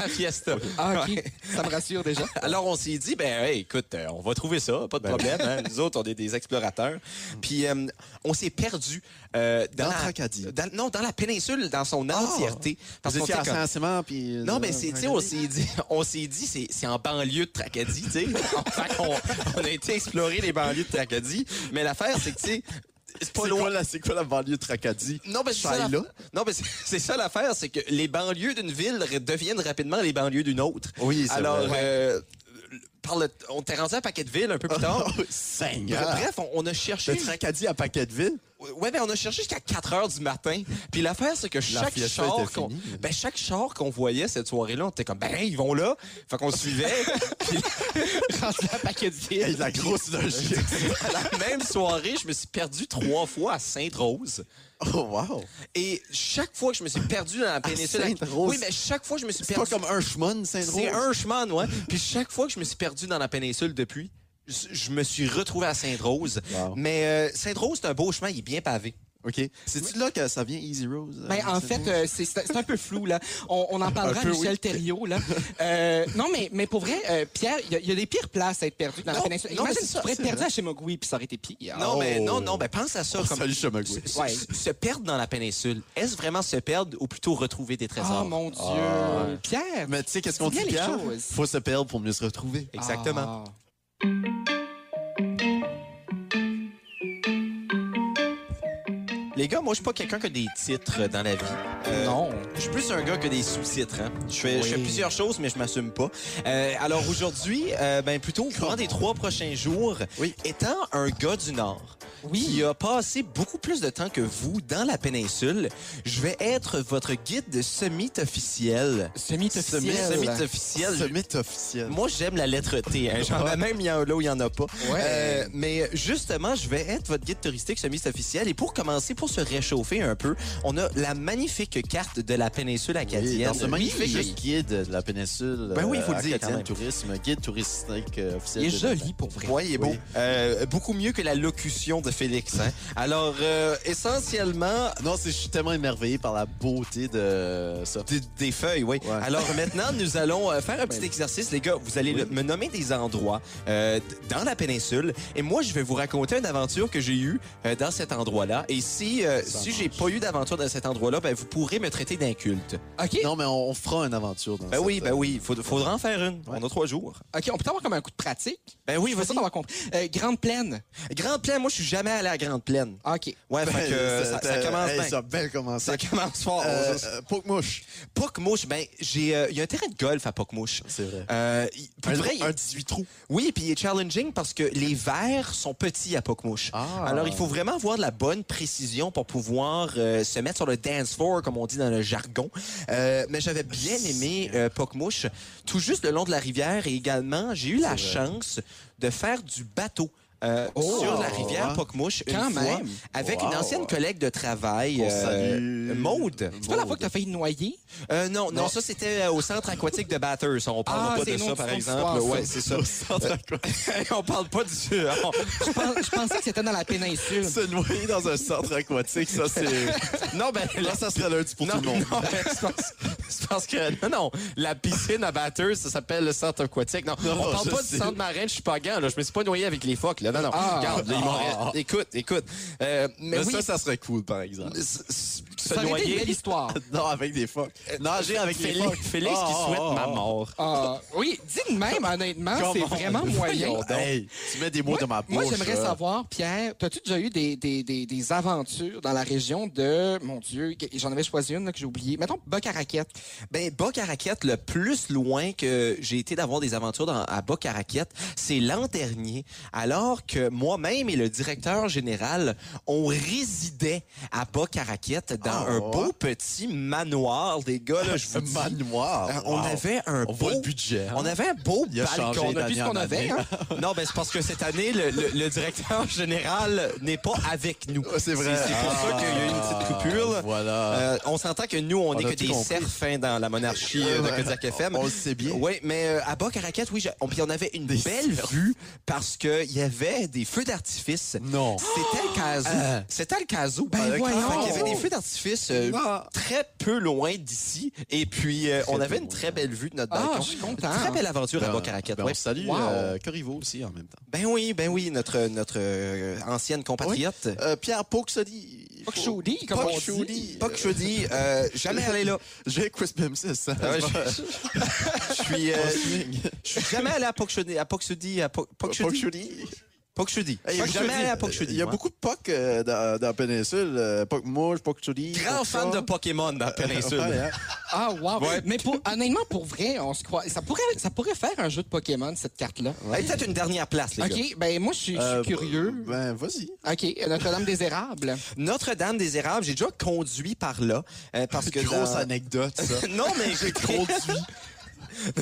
Speaker 1: la fiesta.
Speaker 3: Ah, OK.
Speaker 1: Ouais.
Speaker 3: Ça me rassure déjà.
Speaker 1: Alors, on s'est dit, ben, hey, écoute, euh, on va trouver ça, pas de
Speaker 4: Ben.
Speaker 1: problème. hein. Nous autres, on est des explorateurs. Puis, euh, on s'est perdu euh, dans,
Speaker 4: Hmm. Dans
Speaker 1: la-
Speaker 4: Tracadie. Ah!
Speaker 1: dans- non, dans la péninsule, dans son entièreté. Parce
Speaker 4: Vous
Speaker 1: qu'on
Speaker 4: étiez à
Speaker 1: était comme-
Speaker 4: Saint-Simon, puis...
Speaker 1: Non, mais c'est, tu sais, on s'est dit, on s'est dit, c'est, c'est en banlieue de Tracadie, tu sais. Fait qu'on- on, a été explorer les banlieues de Tracadie. Mais l'affaire, c'est que, tu sais, c'est pas
Speaker 4: C'est
Speaker 1: loin.
Speaker 4: quoi, la- c'est quoi la banlieue de Tracadie?
Speaker 1: Non, mais c'est ça,
Speaker 4: Ça,
Speaker 1: la-
Speaker 4: là.
Speaker 1: non, mais c'est- c'est ça l'affaire, c'est que les banlieues d'une ville re- deviennent rapidement les banlieues d'une autre.
Speaker 4: Oui, c'est
Speaker 1: Alors,
Speaker 4: vrai.
Speaker 1: euh, par le- on était rendu à Paquetteville un peu plus tard.
Speaker 4: Oh, Seigneur!
Speaker 1: Bref, on, on a
Speaker 4: Le
Speaker 1: cherché.
Speaker 4: Tracadie à Paquetteville?
Speaker 1: Ouais, mais on a cherché jusqu'à 4 heures du matin. Puis l'affaire, c'est que chaque
Speaker 4: fiesta
Speaker 1: char,
Speaker 4: était
Speaker 1: qu'on,
Speaker 4: finie.
Speaker 1: ben, chaque char qu'on voyait cette soirée-là, on était comme, ben, ils vont là. Fait qu'on suivait. Puis
Speaker 3: Rendu à Paquetteville.
Speaker 4: Hey, la grosse logique!
Speaker 1: à la même soirée, je me suis perdu trois fois à Sainte-Rose.
Speaker 4: Oh, wow!
Speaker 1: Et chaque fois que je me suis perdu dans la péninsule.
Speaker 4: Sainte-Rose.
Speaker 1: Oui, mais chaque fois que je me suis
Speaker 4: C'est pas
Speaker 1: perdu.
Speaker 4: comme un chemin, Saint-Rose?
Speaker 1: C'est un chemin, ouais. Puis chaque fois que je me suis perdu dans la péninsule depuis, je je me suis retrouvé à Sainte-Rose.
Speaker 4: Wow.
Speaker 1: Mais euh, Sainte-Rose, c'est un beau chemin, il est bien pavé.
Speaker 4: OK. C'est-tu là que ça vient Easy Rose?
Speaker 3: Ben,
Speaker 4: euh,
Speaker 3: en
Speaker 4: Saint-Rose?
Speaker 3: fait, euh, c'est- c'est c'est un peu flou, là. On, on en parlera à
Speaker 4: peu, oui.
Speaker 3: Michel Thériault, là. Euh, non, mais, mais pour vrai, euh, Pierre, il y a- il y, a des pires places à être perdu dans la
Speaker 1: Non,
Speaker 3: péninsule.
Speaker 1: non, mais
Speaker 3: Imagine,
Speaker 1: c'est
Speaker 3: tu
Speaker 1: ça,
Speaker 3: pourrais
Speaker 1: c'est
Speaker 3: être perdu à Chemogui, puis ça aurait été pire.
Speaker 1: Non, mais
Speaker 4: Oh.
Speaker 1: non, non, ben pense à ça.
Speaker 4: Oh,
Speaker 1: comme...
Speaker 4: salut, Chemagoué.
Speaker 1: se,
Speaker 3: Ouais.
Speaker 1: se- se perdre dans la péninsule. Est-ce vraiment se perdre ou plutôt retrouver des
Speaker 3: Oh
Speaker 1: trésors?
Speaker 3: mon Dieu. Pierre.
Speaker 4: Mais tu sais, qu'est-ce qu'on dit,
Speaker 3: bien les
Speaker 4: Pierre?
Speaker 3: choses.
Speaker 4: Faut se perdre pour mieux se retrouver.
Speaker 1: Exactement.
Speaker 3: Ah.
Speaker 1: Les gars, moi, je suis pas quelqu'un qui a des titres dans la vie. Euh,
Speaker 3: Ah, Non.
Speaker 1: Je suis plus un gars que des sous-titres. hein. Je, fais, je fais
Speaker 3: Oui.
Speaker 1: plusieurs choses, mais je m'assume pas. Euh, alors aujourd'hui, euh, ben plutôt au courant des trois prochains jours,
Speaker 4: Oui.
Speaker 1: étant un gars du Nord
Speaker 3: Oui.
Speaker 1: qui a passé beaucoup plus de temps que vous dans la péninsule, je vais être votre guide semi-officiel.
Speaker 3: Semi-officiel.
Speaker 1: Semi-officiel.
Speaker 4: Ce mythe officiel.
Speaker 1: Moi, j'aime la lettre T. hein. J'en ai même il y en a là où il n'y en a pas.
Speaker 3: Ouais.
Speaker 1: Euh, mais justement, je vais être votre guide touristique semi-officiel. Et pour commencer, pour se réchauffer un peu, on a la magnifique carte de la péninsule
Speaker 4: Oui,
Speaker 1: acadienne.
Speaker 4: dans ce magnifique
Speaker 1: Oui.
Speaker 4: guide de la péninsule.
Speaker 1: Ben oui,
Speaker 4: euh,
Speaker 1: faut le dire,
Speaker 4: Acadienne
Speaker 1: quand même.
Speaker 4: tourisme, guide touristique euh, officiel.
Speaker 3: Il est
Speaker 4: de-
Speaker 3: joli, pour vrai.
Speaker 1: Oui, il est beau. Euh, beaucoup mieux que la locution de Félix. hein. Alors, euh, essentiellement,
Speaker 4: Non, c'est- je suis tellement émerveillé par la beauté de ça.
Speaker 1: des, des feuilles, oui.
Speaker 4: Ouais.
Speaker 1: Alors maintenant, nous allons euh, faire un petit exercice, les gars. Vous allez le- me nommer des endroits euh, d- dans la péninsule et moi, je vais vous raconter une aventure que j'ai eue euh, dans cet endroit-là. Et si euh, si j'ai pas eu d'aventure dans cet endroit-là, ben vous pourrez me traiter d'inculte.
Speaker 3: OK.
Speaker 4: Non, mais on, on fera une aventure dans
Speaker 1: Ben
Speaker 4: cette- euh,
Speaker 1: oui, ben oui, faut, faudra en faire une. On a trois jours.
Speaker 3: OK, on peut avoir comme un coup de pratique.
Speaker 1: Ben oui,
Speaker 3: Je veux ça
Speaker 1: vas-y.
Speaker 3: d'avoir compris. Euh, Grande Plaine.
Speaker 1: Grande Plaine, moi, je suis jamais allé à Grande Plaine.
Speaker 3: OK.
Speaker 1: Ouais,
Speaker 4: Ben,
Speaker 1: fait que euh, ça, ça
Speaker 4: euh,
Speaker 1: commence
Speaker 4: hey,
Speaker 1: bien.
Speaker 4: Ça a bien commencé.
Speaker 1: Ça commence fort.
Speaker 4: Euh, euh, Poke-mouche.
Speaker 1: Pocmouche, ben j'ai, euh, il y a un terrain de golf à Pocmouche.
Speaker 4: C'est vrai.
Speaker 1: Euh, il- pour
Speaker 4: Un,
Speaker 1: vrai, il-
Speaker 4: un 18 trous.
Speaker 1: Oui, puis il est challenging parce que les verres sont petits à Pocmouche.
Speaker 4: Ah.
Speaker 1: Alors, il faut vraiment avoir de la bonne précision pour pouvoir euh, se mettre sur le dance floor, comme on dit dans le jargon. Euh, mais j'avais bien aimé euh, Pocmouche, tout juste le long de la rivière. Et également, j'ai eu la chance de faire du bateau. euh,
Speaker 3: Oh.
Speaker 1: sur la rivière
Speaker 4: Ouais.
Speaker 1: Pocmouche une
Speaker 3: Quand
Speaker 1: fois
Speaker 3: même. Oh,
Speaker 1: avec
Speaker 4: Wow.
Speaker 1: une ancienne collègue de travail euh,
Speaker 4: On salue.
Speaker 1: Maude
Speaker 3: C'est pas la fois que t'as failli te noyer?
Speaker 1: euh, non, non,
Speaker 4: Non.
Speaker 1: ça c'était euh, au centre aquatique de Bathurst. On parle
Speaker 3: Ah,
Speaker 1: pas
Speaker 3: c'est
Speaker 1: de ça,
Speaker 3: une autre
Speaker 1: par
Speaker 3: autre
Speaker 1: exemple.
Speaker 3: histoire, ça.
Speaker 1: ouais, c'est ça. Euh, on parle pas du. on-
Speaker 3: Je, pense- je pensais que c'était dans la péninsule.
Speaker 4: Se noyer dans un centre aquatique, ça, c'est.
Speaker 1: Non, ben
Speaker 4: Là, ça serait lundi pour
Speaker 1: non,
Speaker 4: tout le monde.
Speaker 1: non, ben, c'est parce- c'est parce que non, non, la piscine à Bathurst, ça s'appelle le centre aquatique. Non, on parle
Speaker 4: je
Speaker 1: pas
Speaker 4: sais.
Speaker 1: du centre marin. Je suis pas gant. Là, je me suis pas noyé avec les phoques. Là, non, non.
Speaker 3: Ah.
Speaker 1: Regarde, là, ils m'ont-
Speaker 4: Ah.
Speaker 1: Écoute, écoute. Euh, mais
Speaker 4: Mais
Speaker 1: oui,
Speaker 4: ça, ça serait cool, par exemple.
Speaker 1: s- s- se
Speaker 3: Ça aurait été une belle
Speaker 1: noyer.
Speaker 3: histoire.
Speaker 4: Non, avec des phoques. Nager avec des
Speaker 1: Euh, Félix,
Speaker 4: phoques.
Speaker 1: Félix qui
Speaker 4: Oh,
Speaker 1: souhaite
Speaker 4: oh,
Speaker 1: ma
Speaker 4: oh.
Speaker 1: mort.
Speaker 3: Ah, oui, dis de même,
Speaker 1: Hein,
Speaker 3: honnêtement, c'est
Speaker 4: Comment?
Speaker 3: vraiment moyen.
Speaker 4: Voyons donc. Hey, tu mets des mots
Speaker 3: Moi,
Speaker 4: dans ma bouche.
Speaker 3: moi, j'aimerais
Speaker 4: là.
Speaker 3: savoir, Pierre, as-tu déjà eu des, des, des, des aventures dans la région de, mon Dieu, que- j'en avais choisi une là, que j'ai oubliée. Mettons, Boc à raquette.
Speaker 1: Ben, Boc-à-Raquette, le plus loin que j'ai été d'avoir des aventures dans- à Boc-à-Raquette, c'est l'an dernier, alors que moi-même et le directeur général, on résidait à Boc-à-Raquette dans
Speaker 4: Ah,
Speaker 1: un
Speaker 4: ouais.
Speaker 1: beau petit manoir. Les gars, là, je vous
Speaker 4: Un
Speaker 1: dis,
Speaker 4: manoir.
Speaker 1: euh, on
Speaker 4: Wow.
Speaker 1: avait un
Speaker 4: On
Speaker 1: beau...
Speaker 4: voit le budget. hein.
Speaker 1: On avait un beau
Speaker 4: Il a
Speaker 1: balcon.
Speaker 4: changé
Speaker 1: On a
Speaker 4: d'année
Speaker 1: plus ce
Speaker 4: en
Speaker 1: qu'on avait.
Speaker 4: année.
Speaker 1: hein. non, ben c'est parce que cette année, le, le- le directeur général n'est pas avec nous.
Speaker 4: Ouais, c'est vrai. Ah.
Speaker 1: C'est c'est pour ça qu'il y a eu une petite coupure. là.
Speaker 4: Voilà.
Speaker 1: Euh, on s'entend que nous, on
Speaker 4: Ah. On
Speaker 1: n'est
Speaker 4: a
Speaker 1: que
Speaker 4: tout
Speaker 1: des
Speaker 4: compris.
Speaker 1: serfs hein, dans la monarchie euh, de Kodiak FM.
Speaker 4: on le sait bien.
Speaker 1: Oui, mais euh, à Boc-à-Raquette, oui, je- on, puis on avait une belle vue parce qu'il y avait des feux d'artifice.
Speaker 4: Non.
Speaker 1: C'était le casou.
Speaker 4: Euh.
Speaker 1: C'était le casou. Ben
Speaker 3: voyons.
Speaker 1: Il y avait des feux d'artifice euh,
Speaker 4: Ah.
Speaker 1: très peu loin d'ici. Et puis, euh, on
Speaker 4: Très
Speaker 1: avait
Speaker 4: peu
Speaker 1: une
Speaker 4: loin.
Speaker 1: très belle vue de notre
Speaker 3: Ah,
Speaker 1: balcon.
Speaker 3: je suis content.
Speaker 1: Très belle aventure à
Speaker 4: Ben,
Speaker 1: Boc-à-Raquette.
Speaker 4: ben,
Speaker 1: ouais.
Speaker 4: On salue
Speaker 3: Wow.
Speaker 4: euh, Corriveau aussi en même temps.
Speaker 1: Ben oui, ben oui, notre, notre euh, ancienne compatriote.
Speaker 4: Euh, Pierre Poxody.
Speaker 3: Boc Chaudy, comme on dit.
Speaker 1: Pas que je dis, euh, jamais allé là.
Speaker 4: J'ai Chris Bemsis. ça.
Speaker 1: Ah ouais, je, je suis, euh, je suis jamais allé à Pokchudi, à Pokchudi, à Po- Pokchudi,
Speaker 4: Poxody.
Speaker 1: Pokchudi. Je suis jamais allé à Pokchudi.
Speaker 4: Il y a
Speaker 1: moi.
Speaker 4: beaucoup de Poc euh, dans dans la péninsule. euh, Poc Mouche, Poc Chaudy,
Speaker 1: grand
Speaker 4: Poc
Speaker 1: fan
Speaker 4: ça.
Speaker 1: de Pokémon dans la péninsule.
Speaker 4: Ouais, hein.
Speaker 3: Ah, wow.
Speaker 1: Ouais.
Speaker 3: Mais pour, honnêtement, pour vrai, on se croit. Ça pourrait, ça pourrait faire un jeu de Pokémon, cette carte-là.
Speaker 1: Hey, Peut-être une dernière place, les gars.
Speaker 3: OK, ben moi, je suis je suis
Speaker 4: Euh,
Speaker 3: curieux.
Speaker 4: Ben, vas-y.
Speaker 3: OK, Notre-Dame des Érables.
Speaker 1: Notre-Dame des Érables, j'ai déjà conduit par là. euh, parce que
Speaker 4: Grosse
Speaker 1: dans-
Speaker 4: anecdote, ça.
Speaker 1: non, mais j'ai conduit.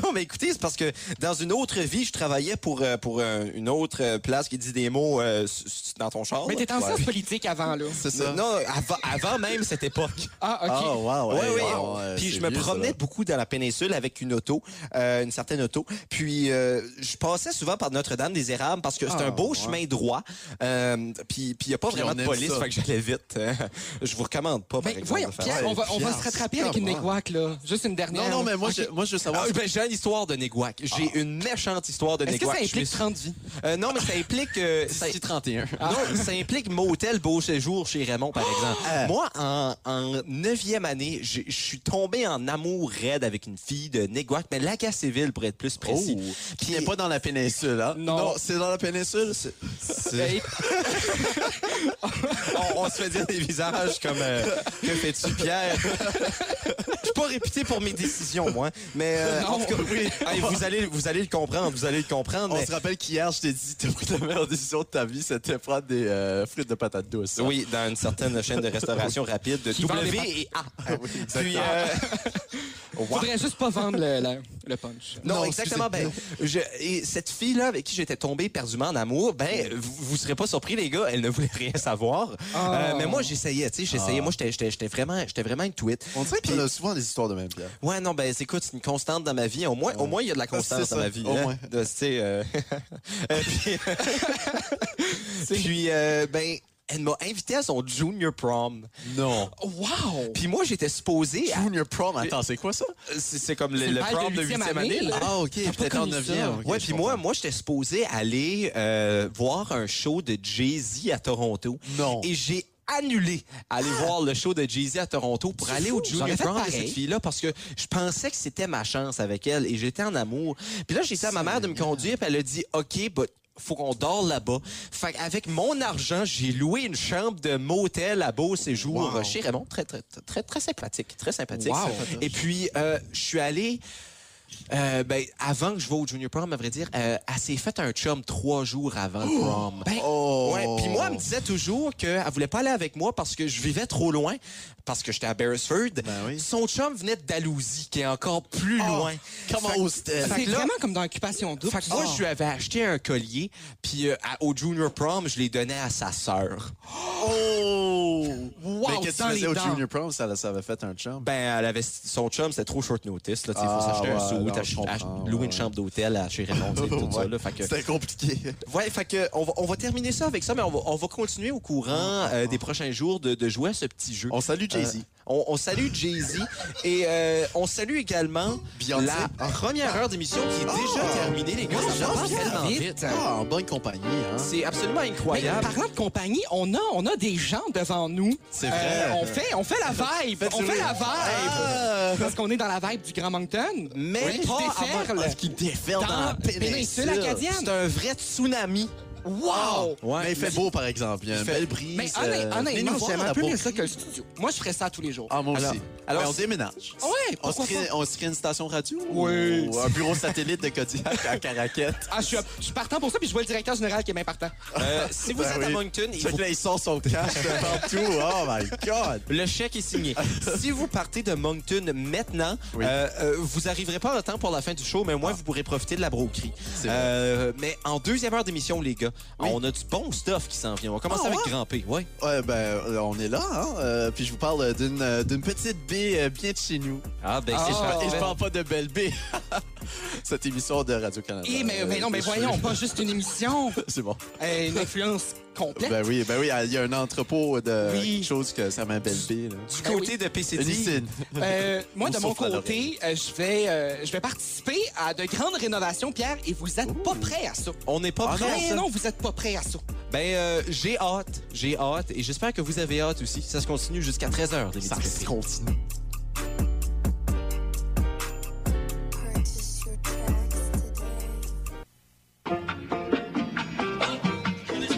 Speaker 1: Non, mais écoutez, c'est parce que dans une autre vie, je travaillais pour, euh, pour euh, une autre euh, place qui dit des mots euh, s- s- dans ton char.
Speaker 3: Mais
Speaker 1: là.
Speaker 3: t'étais en
Speaker 1: Ouais.
Speaker 3: sciences politiques avant, là.
Speaker 4: C'est ça.
Speaker 1: Non, avant, avant même cette époque.
Speaker 3: Ah, OK.
Speaker 4: Oh, wow.
Speaker 1: Oui,
Speaker 4: hey,
Speaker 1: oui.
Speaker 4: wow, euh,
Speaker 1: puis
Speaker 4: c'est
Speaker 1: je me
Speaker 4: vieux, ça,
Speaker 1: promenais
Speaker 4: là.
Speaker 1: beaucoup dans la péninsule avec une auto, euh, une certaine auto. Puis euh, je passais souvent par Notre-Dame des Érables parce que c'est
Speaker 4: Ah,
Speaker 1: un beau
Speaker 4: ouais.
Speaker 1: chemin droit. Euh, puis il n'y a pas
Speaker 4: Puis
Speaker 1: vraiment
Speaker 4: on
Speaker 1: de
Speaker 4: aime
Speaker 1: police,
Speaker 4: ça.
Speaker 1: fait que j'allais vite. hein. je vous recommande pas, par
Speaker 3: Ben,
Speaker 1: exemple.
Speaker 3: voyons,
Speaker 1: de faire
Speaker 3: Pierre,
Speaker 1: ça.
Speaker 3: on va, on va
Speaker 4: Pierre,
Speaker 3: se rattraper avec une
Speaker 4: comment?
Speaker 3: négoaque, là. Juste une dernière.
Speaker 4: Non, non, mais moi,
Speaker 3: OK.
Speaker 4: je, moi, je veux savoir.
Speaker 1: Ah, ben, j'ai une histoire de Néguac. J'ai
Speaker 4: Ah.
Speaker 1: une méchante histoire de
Speaker 3: Est-ce que ça
Speaker 1: Néguac. Je
Speaker 3: implique
Speaker 1: suis-
Speaker 3: 30 vies?
Speaker 1: Euh, non, mais ça implique... euh, ça-
Speaker 4: D'ici 31.
Speaker 1: Non, ça implique motel, beau séjour chez Raymond, par
Speaker 4: Ah.
Speaker 1: exemple. Moi, en, en neuvième année, j'ai- je suis tombé en amour raide avec une fille de Néguac, mais Lagacéville, pour être plus précis.
Speaker 4: Oh, qui n'est pas dans la péninsule, hein?
Speaker 3: Non.
Speaker 4: c'est dans la péninsule. c'est- c'est-
Speaker 1: on, on se fait dire des visages comme euh, Que fais-tu, Pierre? Je suis pas réputé pour mes décisions, moi. Mais euh, en
Speaker 3: Non.
Speaker 1: tout cas, hey, vous, allez, vous allez le comprendre, vous allez le comprendre.
Speaker 4: On
Speaker 1: mais-
Speaker 4: se rappelle qu'hier, je t'ai dit, t'as pris la meilleure décision de ta vie, c'était prendre des euh, frites de patates douces. hein.
Speaker 1: Oui, dans une certaine chaîne de restauration rapide de
Speaker 3: Qui vend
Speaker 1: W
Speaker 3: des
Speaker 1: et A.
Speaker 4: Ah oui,
Speaker 1: Puis,
Speaker 4: exactement.
Speaker 1: euh, wow.
Speaker 3: Faudrait juste pas vendre le, le- le punch.
Speaker 1: Non,
Speaker 4: Non,
Speaker 1: exactement. Ben, je, et cette fille-là avec qui j'étais tombé perdument en amour, ben, vous, vous serez pas surpris, les gars, elle ne voulait rien savoir.
Speaker 4: Ah.
Speaker 1: Euh, mais moi, j'essayais, tu sais, j'essayais. Moi, j'étais- j'étais j'étais vraiment, j'étais vraiment une tweet.
Speaker 4: On dirait qu'on a souvent des histoires de même, Pierre.
Speaker 1: Ouais, non, ben, c'est- écoute, c'est une constante dans ma vie. Au moins, au moins, il y a de la
Speaker 4: C'est
Speaker 1: constance
Speaker 4: ça,
Speaker 1: dans ma vie.
Speaker 4: au
Speaker 1: hein.
Speaker 4: moins.
Speaker 1: De- tu sais, euh, euh, puis, puis, euh, ben, elle m'a invité à son junior prom.
Speaker 4: Non.
Speaker 3: Wow!
Speaker 1: Puis moi, j'étais supposé à-
Speaker 4: Junior prom, attends, c'est quoi ça?
Speaker 1: C'est c'est comme le,
Speaker 3: C'est le
Speaker 1: le
Speaker 3: bal de
Speaker 1: prom de
Speaker 3: huitième
Speaker 1: 8e année.
Speaker 3: année,
Speaker 1: là.
Speaker 4: Ah, ok,
Speaker 3: T'as pas
Speaker 4: peut-être en
Speaker 3: connu ça.
Speaker 4: 9e.
Speaker 1: ouais, puis moi, moi j'étais supposé aller euh, voir un show de Jay-Z à Toronto.
Speaker 4: Non.
Speaker 1: Et j'ai annulé aller
Speaker 3: Ah!
Speaker 1: voir le show de Jay-Z à Toronto pour aller au
Speaker 3: J'aurais
Speaker 1: Junior
Speaker 3: fait
Speaker 1: Prom de
Speaker 3: pareil.
Speaker 1: cette fille-là parce que je pensais que c'était ma chance avec elle et j'étais en amour. Puis là, j'ai dit à ma mère de me conduire, puis elle a dit « OK, but faut qu'on dort là-bas. » Fait avec mon argent, j'ai loué une chambre de motel à Beau Séjour
Speaker 4: Wow.
Speaker 1: chez Raymond. Très, très, très, très sympathique. Très sympathique.
Speaker 3: Wow.
Speaker 1: Et puis, euh, je suis allé... Euh, ben, avant que je vais au junior prom, à vrai dire, euh, elle s'est faite un chum trois jours avant le prom.
Speaker 3: Ben,
Speaker 4: Oh.
Speaker 1: Ouais, puis moi, elle me disait toujours qu'elle voulait pas aller avec moi parce que je vivais trop loin, parce que j'étais à Beresford.
Speaker 4: oui.
Speaker 1: Son chum venait de Dalhousie, qui est encore plus loin.
Speaker 4: Comment
Speaker 1: Fait-
Speaker 4: ose-t-elle?
Speaker 1: fait
Speaker 3: C'est
Speaker 1: que là-
Speaker 3: vraiment comme dans Occupation Double.
Speaker 1: Fait que moi,
Speaker 3: Ah.
Speaker 1: je lui avais acheté un collier, puis euh, à- au junior prom, je l'ai donné à sa sœur.
Speaker 4: Oh!
Speaker 3: Wow,
Speaker 4: Mais qu'est-ce que
Speaker 3: dans
Speaker 4: tu
Speaker 3: les
Speaker 4: faisais au
Speaker 3: dents.
Speaker 4: junior prom? Ça, ça avait fait un chum.
Speaker 1: Ben, elle avait son chum, c'était trop short notice. Là, tu sais,
Speaker 4: Ah,
Speaker 1: faut s'acheter
Speaker 4: ouais, non,
Speaker 1: un
Speaker 4: je
Speaker 1: sou,
Speaker 4: comprends,
Speaker 1: louer
Speaker 4: ouais.
Speaker 1: une chambre d'hôtel à chez Raymond, tu sais, tout ça.
Speaker 4: Ouais.
Speaker 1: Là, fait que-
Speaker 4: C'était compliqué.
Speaker 1: Ouais, fait que on va, on va terminer ça avec ça, mais on va, on va continuer au courant euh, des prochains jours de, de jouer à ce petit jeu.
Speaker 4: On salue Jay-Z.
Speaker 1: Euh, on, on salue Jay-Z et euh, on salue également
Speaker 4: Beyoncé.
Speaker 1: la première heure d'émission qui est déjà terminée, les gars. Oh! Ça
Speaker 3: j'en
Speaker 1: passe
Speaker 3: viens
Speaker 1: tellement
Speaker 3: vite.
Speaker 1: vite.
Speaker 4: Ah, en bonne compagnie, hein?
Speaker 1: C'est absolument
Speaker 3: Mais
Speaker 1: incroyable.
Speaker 3: parlant de compagnie, on a, on a des gens devant nous. Euh,
Speaker 4: C'est vrai.
Speaker 3: on, fait, on fait la vibe. on fait la vibe. Parce qu'on est dans la vibe du Grand Moncton.
Speaker 1: Mais
Speaker 3: Oui,
Speaker 1: pas
Speaker 3: qui
Speaker 1: avant
Speaker 3: déferle
Speaker 1: le-
Speaker 4: Qui déferle
Speaker 3: dans
Speaker 4: dans,
Speaker 3: la péninsule acadienne.
Speaker 1: C'est un vrai tsunami.
Speaker 3: Wow!
Speaker 1: Ouais.
Speaker 4: Mais il fait beau, par exemple. Il y a une
Speaker 1: fait-
Speaker 4: belle brise.
Speaker 3: Mais
Speaker 4: euh,
Speaker 3: honnêt-
Speaker 4: venez nous
Speaker 3: honnêtement,
Speaker 4: voir
Speaker 3: j'aime
Speaker 4: à la
Speaker 3: un peu mieux
Speaker 4: Beaupré.
Speaker 3: ça que le studio. Moi, je ferais ça tous les jours.
Speaker 4: Ah, moi aussi.
Speaker 1: Alors-
Speaker 4: Ouais,
Speaker 1: alors-
Speaker 4: on déménage.
Speaker 3: Ah Ouais,
Speaker 4: Ah, On se,
Speaker 3: pourquoi
Speaker 4: crée,
Speaker 3: pas?
Speaker 4: on se crée une station radio?
Speaker 3: Oui.
Speaker 4: Ou un bureau satellite de Kodiak à Caraquette.
Speaker 3: Ah, je suis, je suis partant pour ça, puis je vois le directeur général qui est bien partant.
Speaker 1: Euh, si vous
Speaker 4: Ben
Speaker 1: êtes à
Speaker 4: oui.
Speaker 1: Moncton, il
Speaker 4: Fait
Speaker 1: faut
Speaker 4: que là, il sort son cash de partout. Oh my God!
Speaker 1: Le chèque est signé. si vous partez de Moncton maintenant,
Speaker 4: Oui.
Speaker 1: euh, euh, vous arriverez pas à temps pour la fin du show, mais moi, vous pourrez profiter de la broquerie. Euh, mais en deuxième heure d'émission, les gars, on a du bon stuff qui s'en vient. On va commencer
Speaker 3: Ah,
Speaker 1: avec
Speaker 3: ouais?
Speaker 1: Grimper. Ouais.
Speaker 4: Ouais, ben, euh, on est là, hein? Euh, puis je vous parle d'une euh, d'une petite baie euh, bien de chez nous.
Speaker 1: Ah, ben,
Speaker 3: c'est Ah.
Speaker 4: Et je
Speaker 3: ouais.
Speaker 4: parle pas de belle baie. Cette émission de Radio-Canada.
Speaker 3: Eh, mais,
Speaker 4: Euh,
Speaker 3: mais non, mais
Speaker 4: je-
Speaker 3: voyons, pas juste une émission.
Speaker 4: C'est bon.
Speaker 3: Euh, une influence complète.
Speaker 4: Ben oui, ben oui, il y a un entrepôt de
Speaker 3: Oui.
Speaker 4: quelque chose que ça m'appelle belle baie. là.
Speaker 1: Du
Speaker 3: Ben
Speaker 1: côté
Speaker 3: oui.
Speaker 1: de
Speaker 4: Une
Speaker 1: PCD.
Speaker 4: usine.
Speaker 3: Euh, moi,
Speaker 4: Ou
Speaker 3: de mon
Speaker 4: souffle à
Speaker 3: côté,
Speaker 4: l'oreille.
Speaker 3: euh, je vais, euh, je vais participer à de grandes rénovations, Pierre, et vous êtes pas prêts à ça.
Speaker 1: On n'est pas
Speaker 3: Ah
Speaker 1: prêts à ça.
Speaker 3: non, vous êtes pas prêts à ça.
Speaker 1: Ben, euh, j'ai hâte. J'ai hâte. Et j'espère que vous avez hâte aussi. Ça se continue jusqu'à 13h, les
Speaker 4: Ça
Speaker 1: Midi
Speaker 4: se
Speaker 1: Café.
Speaker 4: continue.
Speaker 6: purchase your tracks today.
Speaker 5: Purchase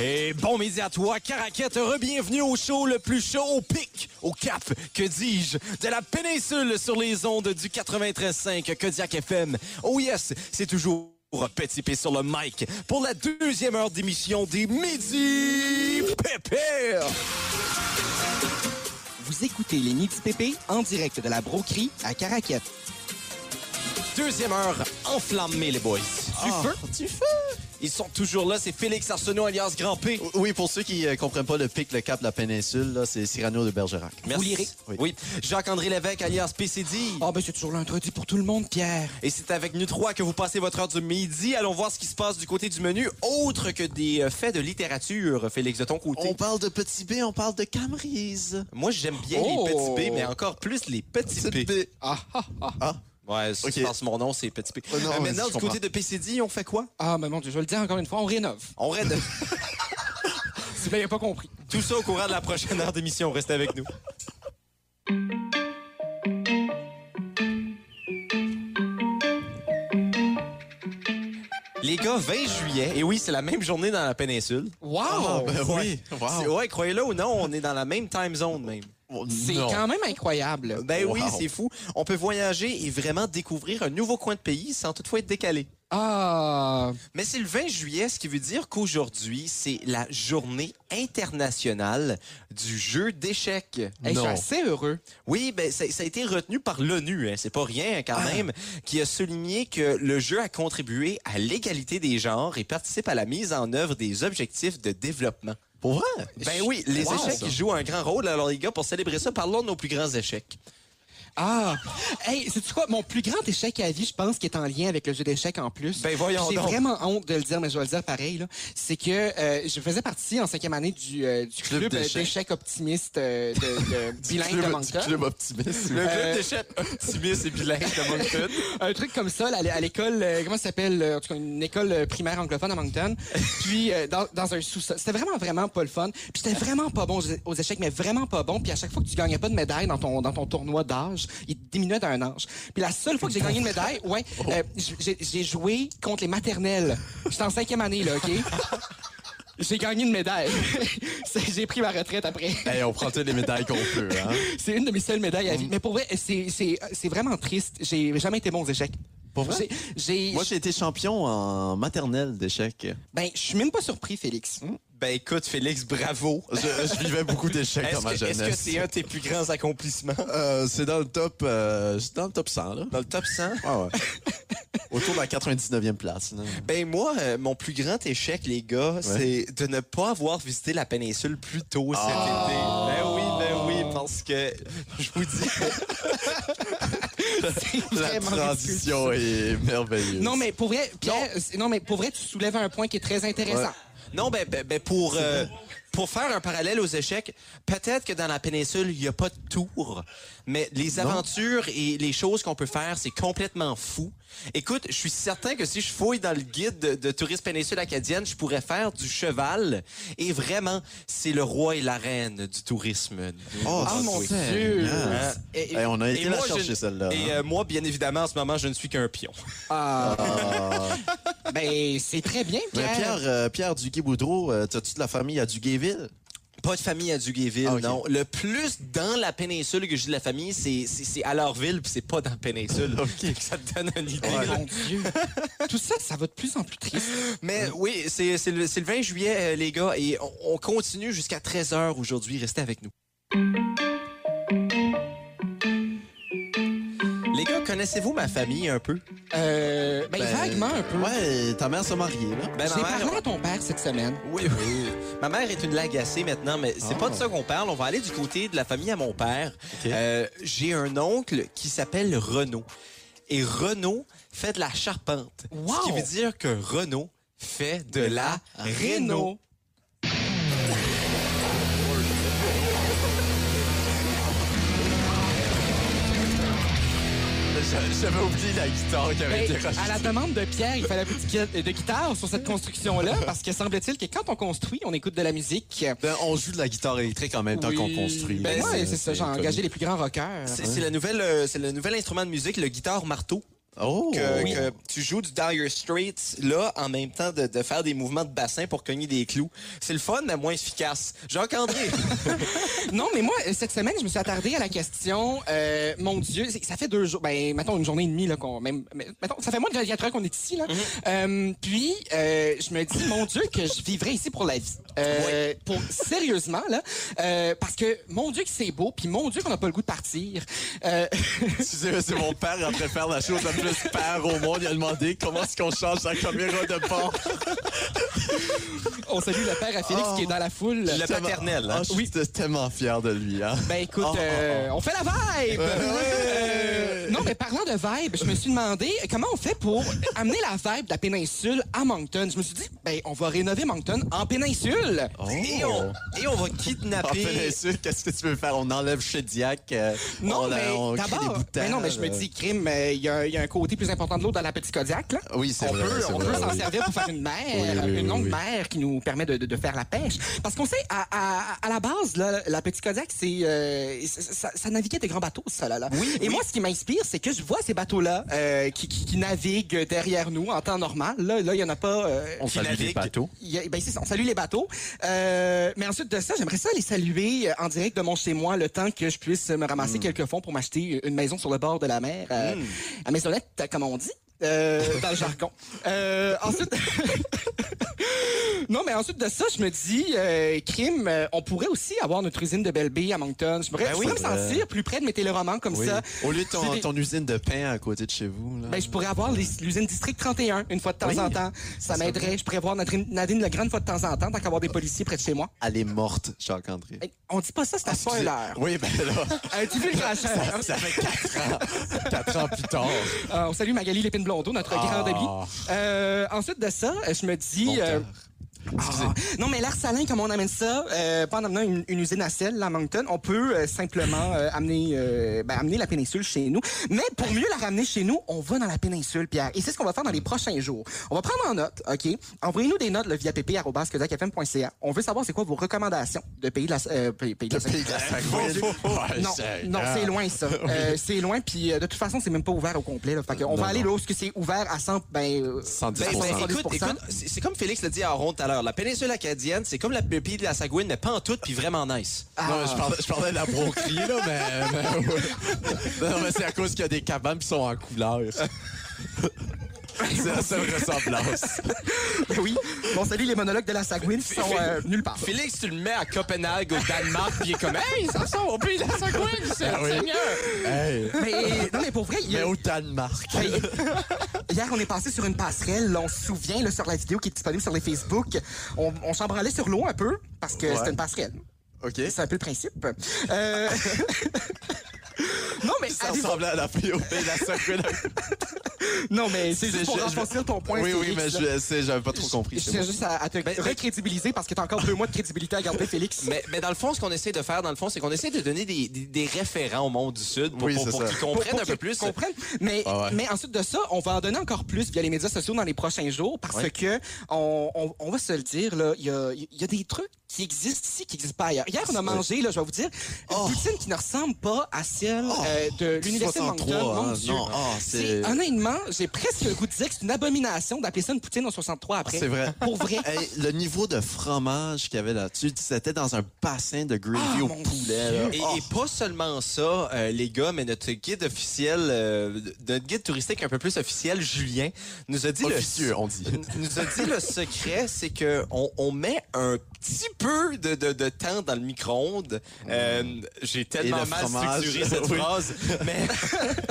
Speaker 1: Et bon midi à toi, Caraquette. Re-bienvenue au show le plus chaud au pic, au cap, que dis-je, de la péninsule sur les ondes du 93.5 Kodiak FM. Oh yes, c'est toujours Petit P sur le mic pour la deuxième heure d'émission des Midi Pépères.
Speaker 2: Vous écoutez les Midi PP en direct de la broquerie à Caraquette.
Speaker 1: Deuxième heure enflammée, les boys. Du
Speaker 3: Ah.
Speaker 1: feu.
Speaker 4: Du feu.
Speaker 1: Ils sont toujours là. C'est Félix Arsenault, alias Grand P.
Speaker 4: Oui, pour ceux qui ne comprennent pas le pic, le cap, la péninsule, là, c'est Cyrano de Bergerac.
Speaker 1: Merci.
Speaker 3: Vous lirez.
Speaker 1: Oui. Jacques-André Lévesque, alias PCD.
Speaker 3: Ah, ben c'est toujours l'introduit pour tout le monde, Pierre.
Speaker 1: Et c'est avec nous trois que vous passez votre heure du midi. Allons voir ce qui se passe du côté du menu, autre que des euh, faits de littérature, Félix, de ton côté.
Speaker 4: On parle de Petit B, on parle de Camrys.
Speaker 1: Moi, j'aime bien
Speaker 3: Oh!
Speaker 1: les petits B, mais encore plus les petits
Speaker 4: Petit
Speaker 1: P.
Speaker 4: B.
Speaker 3: Ah, ah, ah.
Speaker 1: Ouais, si
Speaker 4: Ok.
Speaker 1: tu penses mon nom, c'est petit P.
Speaker 4: Oh non,
Speaker 1: Euh,
Speaker 4: mais
Speaker 1: maintenant,
Speaker 4: je
Speaker 1: du côté de PCD, on fait quoi?
Speaker 3: Ah, ben mon Dieu, je vais le dire encore une fois, on rénove.
Speaker 1: On reste
Speaker 3: Si vous l'avez pas compris.
Speaker 1: tout ça au courant de la prochaine heure d'émission. Restez avec nous. Les gars, 20 juillet, et oui, c'est la même journée dans la péninsule.
Speaker 3: Wow!
Speaker 4: Ah, Ben
Speaker 1: oui. C'est- Ouais, croyez-le ou non, on est dans la même time zone même.
Speaker 3: C'est quand même incroyable.
Speaker 1: Ben oui,
Speaker 4: Wow.
Speaker 1: c'est fou. On peut voyager et vraiment découvrir un nouveau coin de pays sans toutefois être décalé.
Speaker 3: Ah,
Speaker 1: Mais c'est le 20 juillet, ce qui veut dire qu'aujourd'hui, c'est la journée internationale du jeu d'échecs.
Speaker 3: hey, je suis
Speaker 4: Non.
Speaker 3: assez heureux.
Speaker 1: Oui, ben, ça, ça a été retenu par l'ONU, hein, c'est pas rien hein, quand même, qui a souligné que le jeu a contribué à l'égalité des genres et participe à la mise en œuvre des objectifs de développement.
Speaker 4: Pour vrai?
Speaker 1: Ben oui, les
Speaker 4: Wow.
Speaker 1: échecs ils jouent un grand rôle. Alors les gars, pour célébrer ça, parlons de nos plus grands échecs.
Speaker 3: Ah! Hey, sais-tu quoi? Mon plus grand échec à la vie, je pense, qui est en lien avec le jeu d'échecs en plus.
Speaker 1: Ben voyons
Speaker 3: J'ai
Speaker 1: donc.
Speaker 3: vraiment honte de le dire, mais je vais le dire pareil. là. C'est que euh, je faisais partie en cinquième année du, euh, du club, euh,
Speaker 4: d'échecs.
Speaker 3: d'échecs optimistes euh, de, de bilingue de
Speaker 4: club,
Speaker 3: Moncton.
Speaker 4: du club optimiste.
Speaker 1: Le club
Speaker 3: Euh,
Speaker 1: d'échecs optimiste et bilingue de Moncton.
Speaker 3: un truc comme ça là, à l'é- à l'école euh, comment ça s'appelle euh, en tout cas une école euh, primaire anglophone à Moncton puis euh, dans, dans un sous-sol c'était vraiment vraiment pas le fun puis j'étais vraiment pas bon aux- aux échecs mais vraiment pas bon puis à chaque fois que tu gagnais pas de médaille dans ton dans ton tournoi d'âge il te diminuait d'un âge puis la seule fois que j'ai gagné une médaille ouais
Speaker 4: Oh.
Speaker 3: euh, j- j'ai j'ai joué contre les maternelles j'étais en cinquième année là ok j'ai gagné une médaille C'est- j'ai pris ma retraite après
Speaker 4: Hey, on prend toutes les médailles qu'on peut. Hein?
Speaker 3: c'est une de mes seules médailles à vie.
Speaker 4: Mm.
Speaker 3: Mais pour vrai, c'est- c'est c'est vraiment triste. J'ai jamais été bon aux échecs.
Speaker 4: Pour vrai?
Speaker 3: J'ai- J'ai.
Speaker 4: Moi, j'ai été champion en maternelle d'échecs.
Speaker 3: Ben, je suis même pas surpris, Félix.
Speaker 1: Ben écoute, Félix, bravo.
Speaker 4: Je, je vivais beaucoup d'échecs
Speaker 1: Est-ce
Speaker 4: dans ma
Speaker 1: que- est-ce que
Speaker 4: jeunesse.
Speaker 1: c'est un de tes plus grands accomplissements?
Speaker 4: Euh, c'est dans le top, euh, c'est dans le top 100 là.
Speaker 1: Dans le top 100?
Speaker 4: Ah ouais. Autour de la 99e place. là.
Speaker 1: Ben moi, euh, mon plus grand échec, les gars, c'est de ne pas avoir visité la péninsule plus tôt cet été. Ben oui, ben oui, parce que je vous dis,
Speaker 4: La
Speaker 3: Vraiment
Speaker 4: transition est merveilleuse.
Speaker 3: Non, mais pour vrai, Pierre, c'est- non. mais pour vrai, tu soulèves un point qui est très intéressant.
Speaker 1: non, ben, ben, ben, pour euh, pour faire un parallèle aux échecs, peut-être que dans la péninsule il n'y a pas de tour, mais les aventures et les choses qu'on peut faire, c'est complètement fou. Écoute, je suis certain que si je fouille dans le guide de, de tourisme péninsule acadienne, je pourrais faire du cheval. Et vraiment, c'est le roi et la reine du tourisme. Ah.
Speaker 4: Oh,
Speaker 3: Ah, mon
Speaker 4: Seigneur.
Speaker 3: Dieu. Euh,
Speaker 4: Hein?
Speaker 3: Et-
Speaker 4: Eh, on a
Speaker 1: Et
Speaker 4: été la
Speaker 1: moi, je-
Speaker 4: chercher celle-là.
Speaker 1: Et
Speaker 4: hein.
Speaker 1: euh, moi, bien évidemment, en ce moment, je ne suis qu'un pion.
Speaker 3: Ah. Ben, c'est très bien,
Speaker 4: Mais
Speaker 3: Pierre.
Speaker 4: Pierre, euh, Pierre Duguay-Boudreau, euh, t'as-tu de la famille à Duguayville?
Speaker 1: Pas de famille à Duguayville,
Speaker 4: Ah, ok.
Speaker 1: non. Le plus dans la péninsule que j'ai de la famille, c'est, c'est, c'est à Lorville, puis c'est pas dans la péninsule. Fait que Ça te donne une idée. là.
Speaker 3: Mon Dieu. Tout ça, ça va de plus en plus triste.
Speaker 1: Mais oui, c'est, c'est le, c'est le 20 juillet, euh, les gars, et on, on continue jusqu'à 13h aujourd'hui. Restez avec nous. Les gars, connaissez-vous ma famille un peu?
Speaker 3: Euh, ben, vaguement un peu.
Speaker 4: Ouais, ta mère s'est mariée, là.
Speaker 1: Ben,
Speaker 3: J'ai
Speaker 1: ma mère-
Speaker 3: parlé à ton père cette semaine.
Speaker 1: Oui, oui. Ma mère est une lagacée maintenant, mais c'est pas de ça qu'on parle. On va aller du côté de la famille à mon père. Euh, J'ai un oncle qui s'appelle Renaud. Et Renaud fait de la charpente.
Speaker 3: Wow!
Speaker 1: Ce qui veut dire que Renaud fait de la
Speaker 4: ah,
Speaker 1: réno.
Speaker 3: Renault.
Speaker 4: J'a- J'avais oublié la guitare qui avait
Speaker 3: Ben,
Speaker 4: été rajoutée.
Speaker 3: à la demande de Pierre, il fallait un petit kit de guitare sur cette construction-là, parce que semble-t-il que quand on construit, on écoute de la musique.
Speaker 4: Ben, on joue de la guitare électrique en même temps
Speaker 3: Oui.
Speaker 4: qu'on construit.
Speaker 3: Ben,
Speaker 4: là.
Speaker 3: ouais, c'est ça, j'ai
Speaker 4: connu.
Speaker 3: engagé les plus grands rockers.
Speaker 1: C'est c'est la nouvelle, euh, c'est le nouvel instrument de musique, le guitare marteau.
Speaker 4: Oh!
Speaker 1: que, que tu joues du Dire Straits là en même temps de, de faire des mouvements de bassin pour cogner des clous. C'est le fun, mais moins efficace. Jacques-André,
Speaker 3: Non, mais moi, euh, cette semaine, je me suis attardée à la question, euh, mon Dieu, c'est- ça fait deux jours, ben, mettons une journée et demie, là, qu'on, même, mais- mettons, ça fait moins de 24 heures qu'on est ici, là. Euh, puis, euh, je me dis, mon Dieu, que je vivrai ici pour la vie. Euh, Pour, sérieusement, là, euh, parce que, mon Dieu, que c'est beau, puis mon Dieu, qu'on n'a pas le goût de partir. Euh,
Speaker 4: Excusez-moi, c'est mon père en train de faire la chose la plus père au monde. Il a demandé comment est-ce qu'on change sa caméra de bord.
Speaker 3: on salue le père à Félix qui est dans la foule.
Speaker 1: le paternel. hein?
Speaker 4: Ah, je suis tellement fier de lui. Hein?
Speaker 3: Ben écoute,
Speaker 4: Oh, oh,
Speaker 3: euh, on fait la vibe! Euh, non, mais parlant de vibe, je me suis demandé comment on fait pour amener la vibe de la péninsule à Moncton. Je me suis dit, ben on va rénover Moncton en péninsule.
Speaker 4: Oh.
Speaker 1: Et, on, et on va
Speaker 3: Ah,
Speaker 4: En
Speaker 1: kidnapper.
Speaker 4: péninsule, qu'est-ce que tu veux faire? On enlève Chediac. euh,
Speaker 3: Non,
Speaker 4: on, la-
Speaker 3: mais
Speaker 4: on crée des
Speaker 3: d'abord,
Speaker 4: bouts de
Speaker 3: ben non, mais
Speaker 4: terre,
Speaker 3: je me
Speaker 4: euh.
Speaker 3: dis, crime, euh, il y, a- il y a un côté plus important de l'eau dans la petite Kodiak, là.
Speaker 4: Oui, c'est
Speaker 3: On
Speaker 4: vrai.
Speaker 3: peut,
Speaker 4: c'est
Speaker 3: on
Speaker 4: vrai,
Speaker 3: peut s'en
Speaker 4: oui.
Speaker 3: servir pour faire une mer,
Speaker 4: oui,
Speaker 3: une
Speaker 4: oui,
Speaker 3: longue
Speaker 4: oui.
Speaker 3: mer qui nous permet de, de- de faire la pêche. Parce qu'on sait, à, à- à la base, là, la Petite Kodiak, c'est, euh, ça, ça- ça naviguait des grands bateaux, ça, là. là. Et moi, ce qui m'inspire, c'est que je vois ces bateaux-là euh, qui, qui- qui naviguent derrière nous en temps normal. Là, là, il y en a pas... euh,
Speaker 4: On
Speaker 1: Qui
Speaker 4: salue les
Speaker 1: navigue.
Speaker 4: bateaux.
Speaker 3: il y a- ben, c'est ça, on salue les bateaux. Euh, mais ensuite de ça, j'aimerais ça les saluer euh, en direct de mon chez-moi le temps que je puisse me ramasser
Speaker 4: Hmm.
Speaker 3: quelques fonds pour m'acheter euh, une maison sur le bord de la mer. euh, À maisonnette, comme on dit. euh, dans le jargon. Euh, ensuite... non, mais ensuite de ça, je me dis, euh, crime, euh, on pourrait aussi avoir notre usine de Belle-Bay à Moncton. Je
Speaker 4: Ben
Speaker 3: pourrais, je pourrais me sentir plus près de mes téléromans comme
Speaker 4: Oui.
Speaker 3: ça.
Speaker 4: Au lieu de
Speaker 3: C'est
Speaker 4: ton,
Speaker 3: des-
Speaker 4: ton usine de pain à côté de chez vous. Là.
Speaker 3: ben, je pourrais avoir les- l'usine District 31 une fois de temps en temps. Ça, m'aiderait. Je pourrais voir Nadine, Nadine Legrand une fois de temps en temps, tant qu'avoir des policiers près de chez moi.
Speaker 4: Elle est morte, Jacques-André.
Speaker 3: Hey, On dit pas ça, c'est à spoiler.
Speaker 4: Oui, ben là,
Speaker 3: Euh, tu veux le cracheur?
Speaker 4: ça fait 4 ans. 4 ans plus tard. Ah.
Speaker 3: Euh, on salue Magali Lépine Blondeau, notre grande amie. Euh, ensuite de ça, euh, je me dis. euh, ah, non, mais l'air salin, comme on amène ça, euh, pas en amenant une, une usine à sel là, à Moncton, on peut euh, simplement euh, amener, euh, ben, amener la péninsule chez nous. Mais pour mieux la ramener chez nous, on va dans la péninsule, Pierre. Et c'est ce qu'on va faire dans les prochains jours. On va prendre en note, OK? Envoyez-nous des notes là, via pp.kodiakfm.ca. On veut savoir c'est quoi vos recommandations de pays de la... euh, pays- pays de la- non, non, c'est loin ça. Euh, c'est loin, puis euh, de toute façon, c'est même pas ouvert au complet. Là. Fait que on va
Speaker 4: non.
Speaker 3: aller là où ce que c'est ouvert à 100, ben, euh,
Speaker 4: 110
Speaker 1: Ben,
Speaker 3: ben,
Speaker 1: ben,
Speaker 3: 110%.
Speaker 1: écoute, écoute, c'est c'est comme Félix l'a dit à Ron tout à l'heure. La péninsule acadienne, c'est comme la pépite de la Sagouine, mais pas en tout, puis vraiment nice.
Speaker 3: Ah.
Speaker 4: Non, je parlais, je parlais de la broquerie, là, mais. mais ouais. Non, mais c'est à cause qu'il y a des cabanes qui sont en couleur. C'est la seule ressemblance.
Speaker 3: Ben oui. Bon, salut les monologues de la Sagouine qui sont euh, nulle part.
Speaker 1: Félix, tu le mets à Copenhague, au Danemark, puis il est comme Hey, ça ressemble au pays de la Sagouine, c'est
Speaker 4: Ah oui. Hey.
Speaker 3: Mais non, mais pour vrai, il y
Speaker 4: Mais
Speaker 3: a-
Speaker 4: au Danemark.
Speaker 3: Hey, Hier, on est passé sur une passerelle. là, on se souvient là, sur la vidéo qui est disponible sur les Facebook. On, on s'en branlait sur l'eau un peu parce que
Speaker 4: Ouais.
Speaker 3: c'était une passerelle.
Speaker 4: OK.
Speaker 3: C'est un peu le principe. Euh, non, mais
Speaker 4: Ça
Speaker 3: avez-vous-
Speaker 4: ressemblait à la POP, la seconde.
Speaker 3: non, mais c'est juste
Speaker 4: Je-
Speaker 3: pour
Speaker 4: je-
Speaker 3: renforcer ton point.
Speaker 4: Oui, oui,
Speaker 3: Félix,
Speaker 4: mais
Speaker 3: là.
Speaker 4: je sais, j'avais pas trop compris.
Speaker 3: Je
Speaker 4: c'est
Speaker 3: tiens
Speaker 4: moi.
Speaker 3: juste à, à te
Speaker 4: Ben,
Speaker 3: recrédibiliser parce que t'as encore deux mois de crédibilité à garder, Félix.
Speaker 1: Mais, mais dans le fond, ce qu'on essaie de faire, dans le fond, c'est qu'on essaie de donner des, des- des référents au monde du Sud pour,
Speaker 4: Oui,
Speaker 1: pour-
Speaker 4: c'est
Speaker 1: pour
Speaker 4: ça.
Speaker 1: qu'ils
Speaker 3: Pour-
Speaker 1: comprennent
Speaker 3: pour
Speaker 1: un peu
Speaker 3: qu'ils
Speaker 1: plus.
Speaker 3: comprennent. Mais,
Speaker 4: Ah ouais.
Speaker 3: mais ensuite de ça, on va en donner encore plus via les médias sociaux dans les prochains jours parce
Speaker 1: Ouais.
Speaker 3: que on, on- on va se le dire, là, il y a, il y a des trucs qui existent ici, qui n'existent pas ailleurs. Hier, on a mangé, là, je vais vous dire, une
Speaker 4: Oh.
Speaker 3: poutine qui ne ressemble pas à celle euh, de l'Université de
Speaker 4: 63,
Speaker 3: Moncton. Mon
Speaker 4: Oh. hein,
Speaker 3: Dieu.
Speaker 4: non, ah, c'est-
Speaker 3: C'est- Honnêtement, j'ai presque le goût de dire que c'est une abomination d'appeler ça une poutine en 63 après.
Speaker 4: ah, C'est vrai.
Speaker 3: Pour vrai.
Speaker 4: Hey, le niveau de fromage qu'il y avait là-dessus, c'était dans un bassin de gravy
Speaker 3: Ah,
Speaker 4: au
Speaker 3: mon
Speaker 4: poulet. là.
Speaker 1: Et,
Speaker 4: Oh.
Speaker 1: et pas seulement ça, euh, les gars, mais notre guide officiel, euh, notre guide touristique un peu plus officiel, Julien, nous a dit
Speaker 4: Officieux,
Speaker 1: le
Speaker 4: on dit.
Speaker 1: nous a dit le secret, c'est que on, on met un petit peu de, de, de temps dans le micro-ondes. Euh, J'ai tellement
Speaker 4: Mm. le
Speaker 1: mal
Speaker 4: fromage.
Speaker 1: structuré cette
Speaker 4: Oui.
Speaker 1: phrase, mais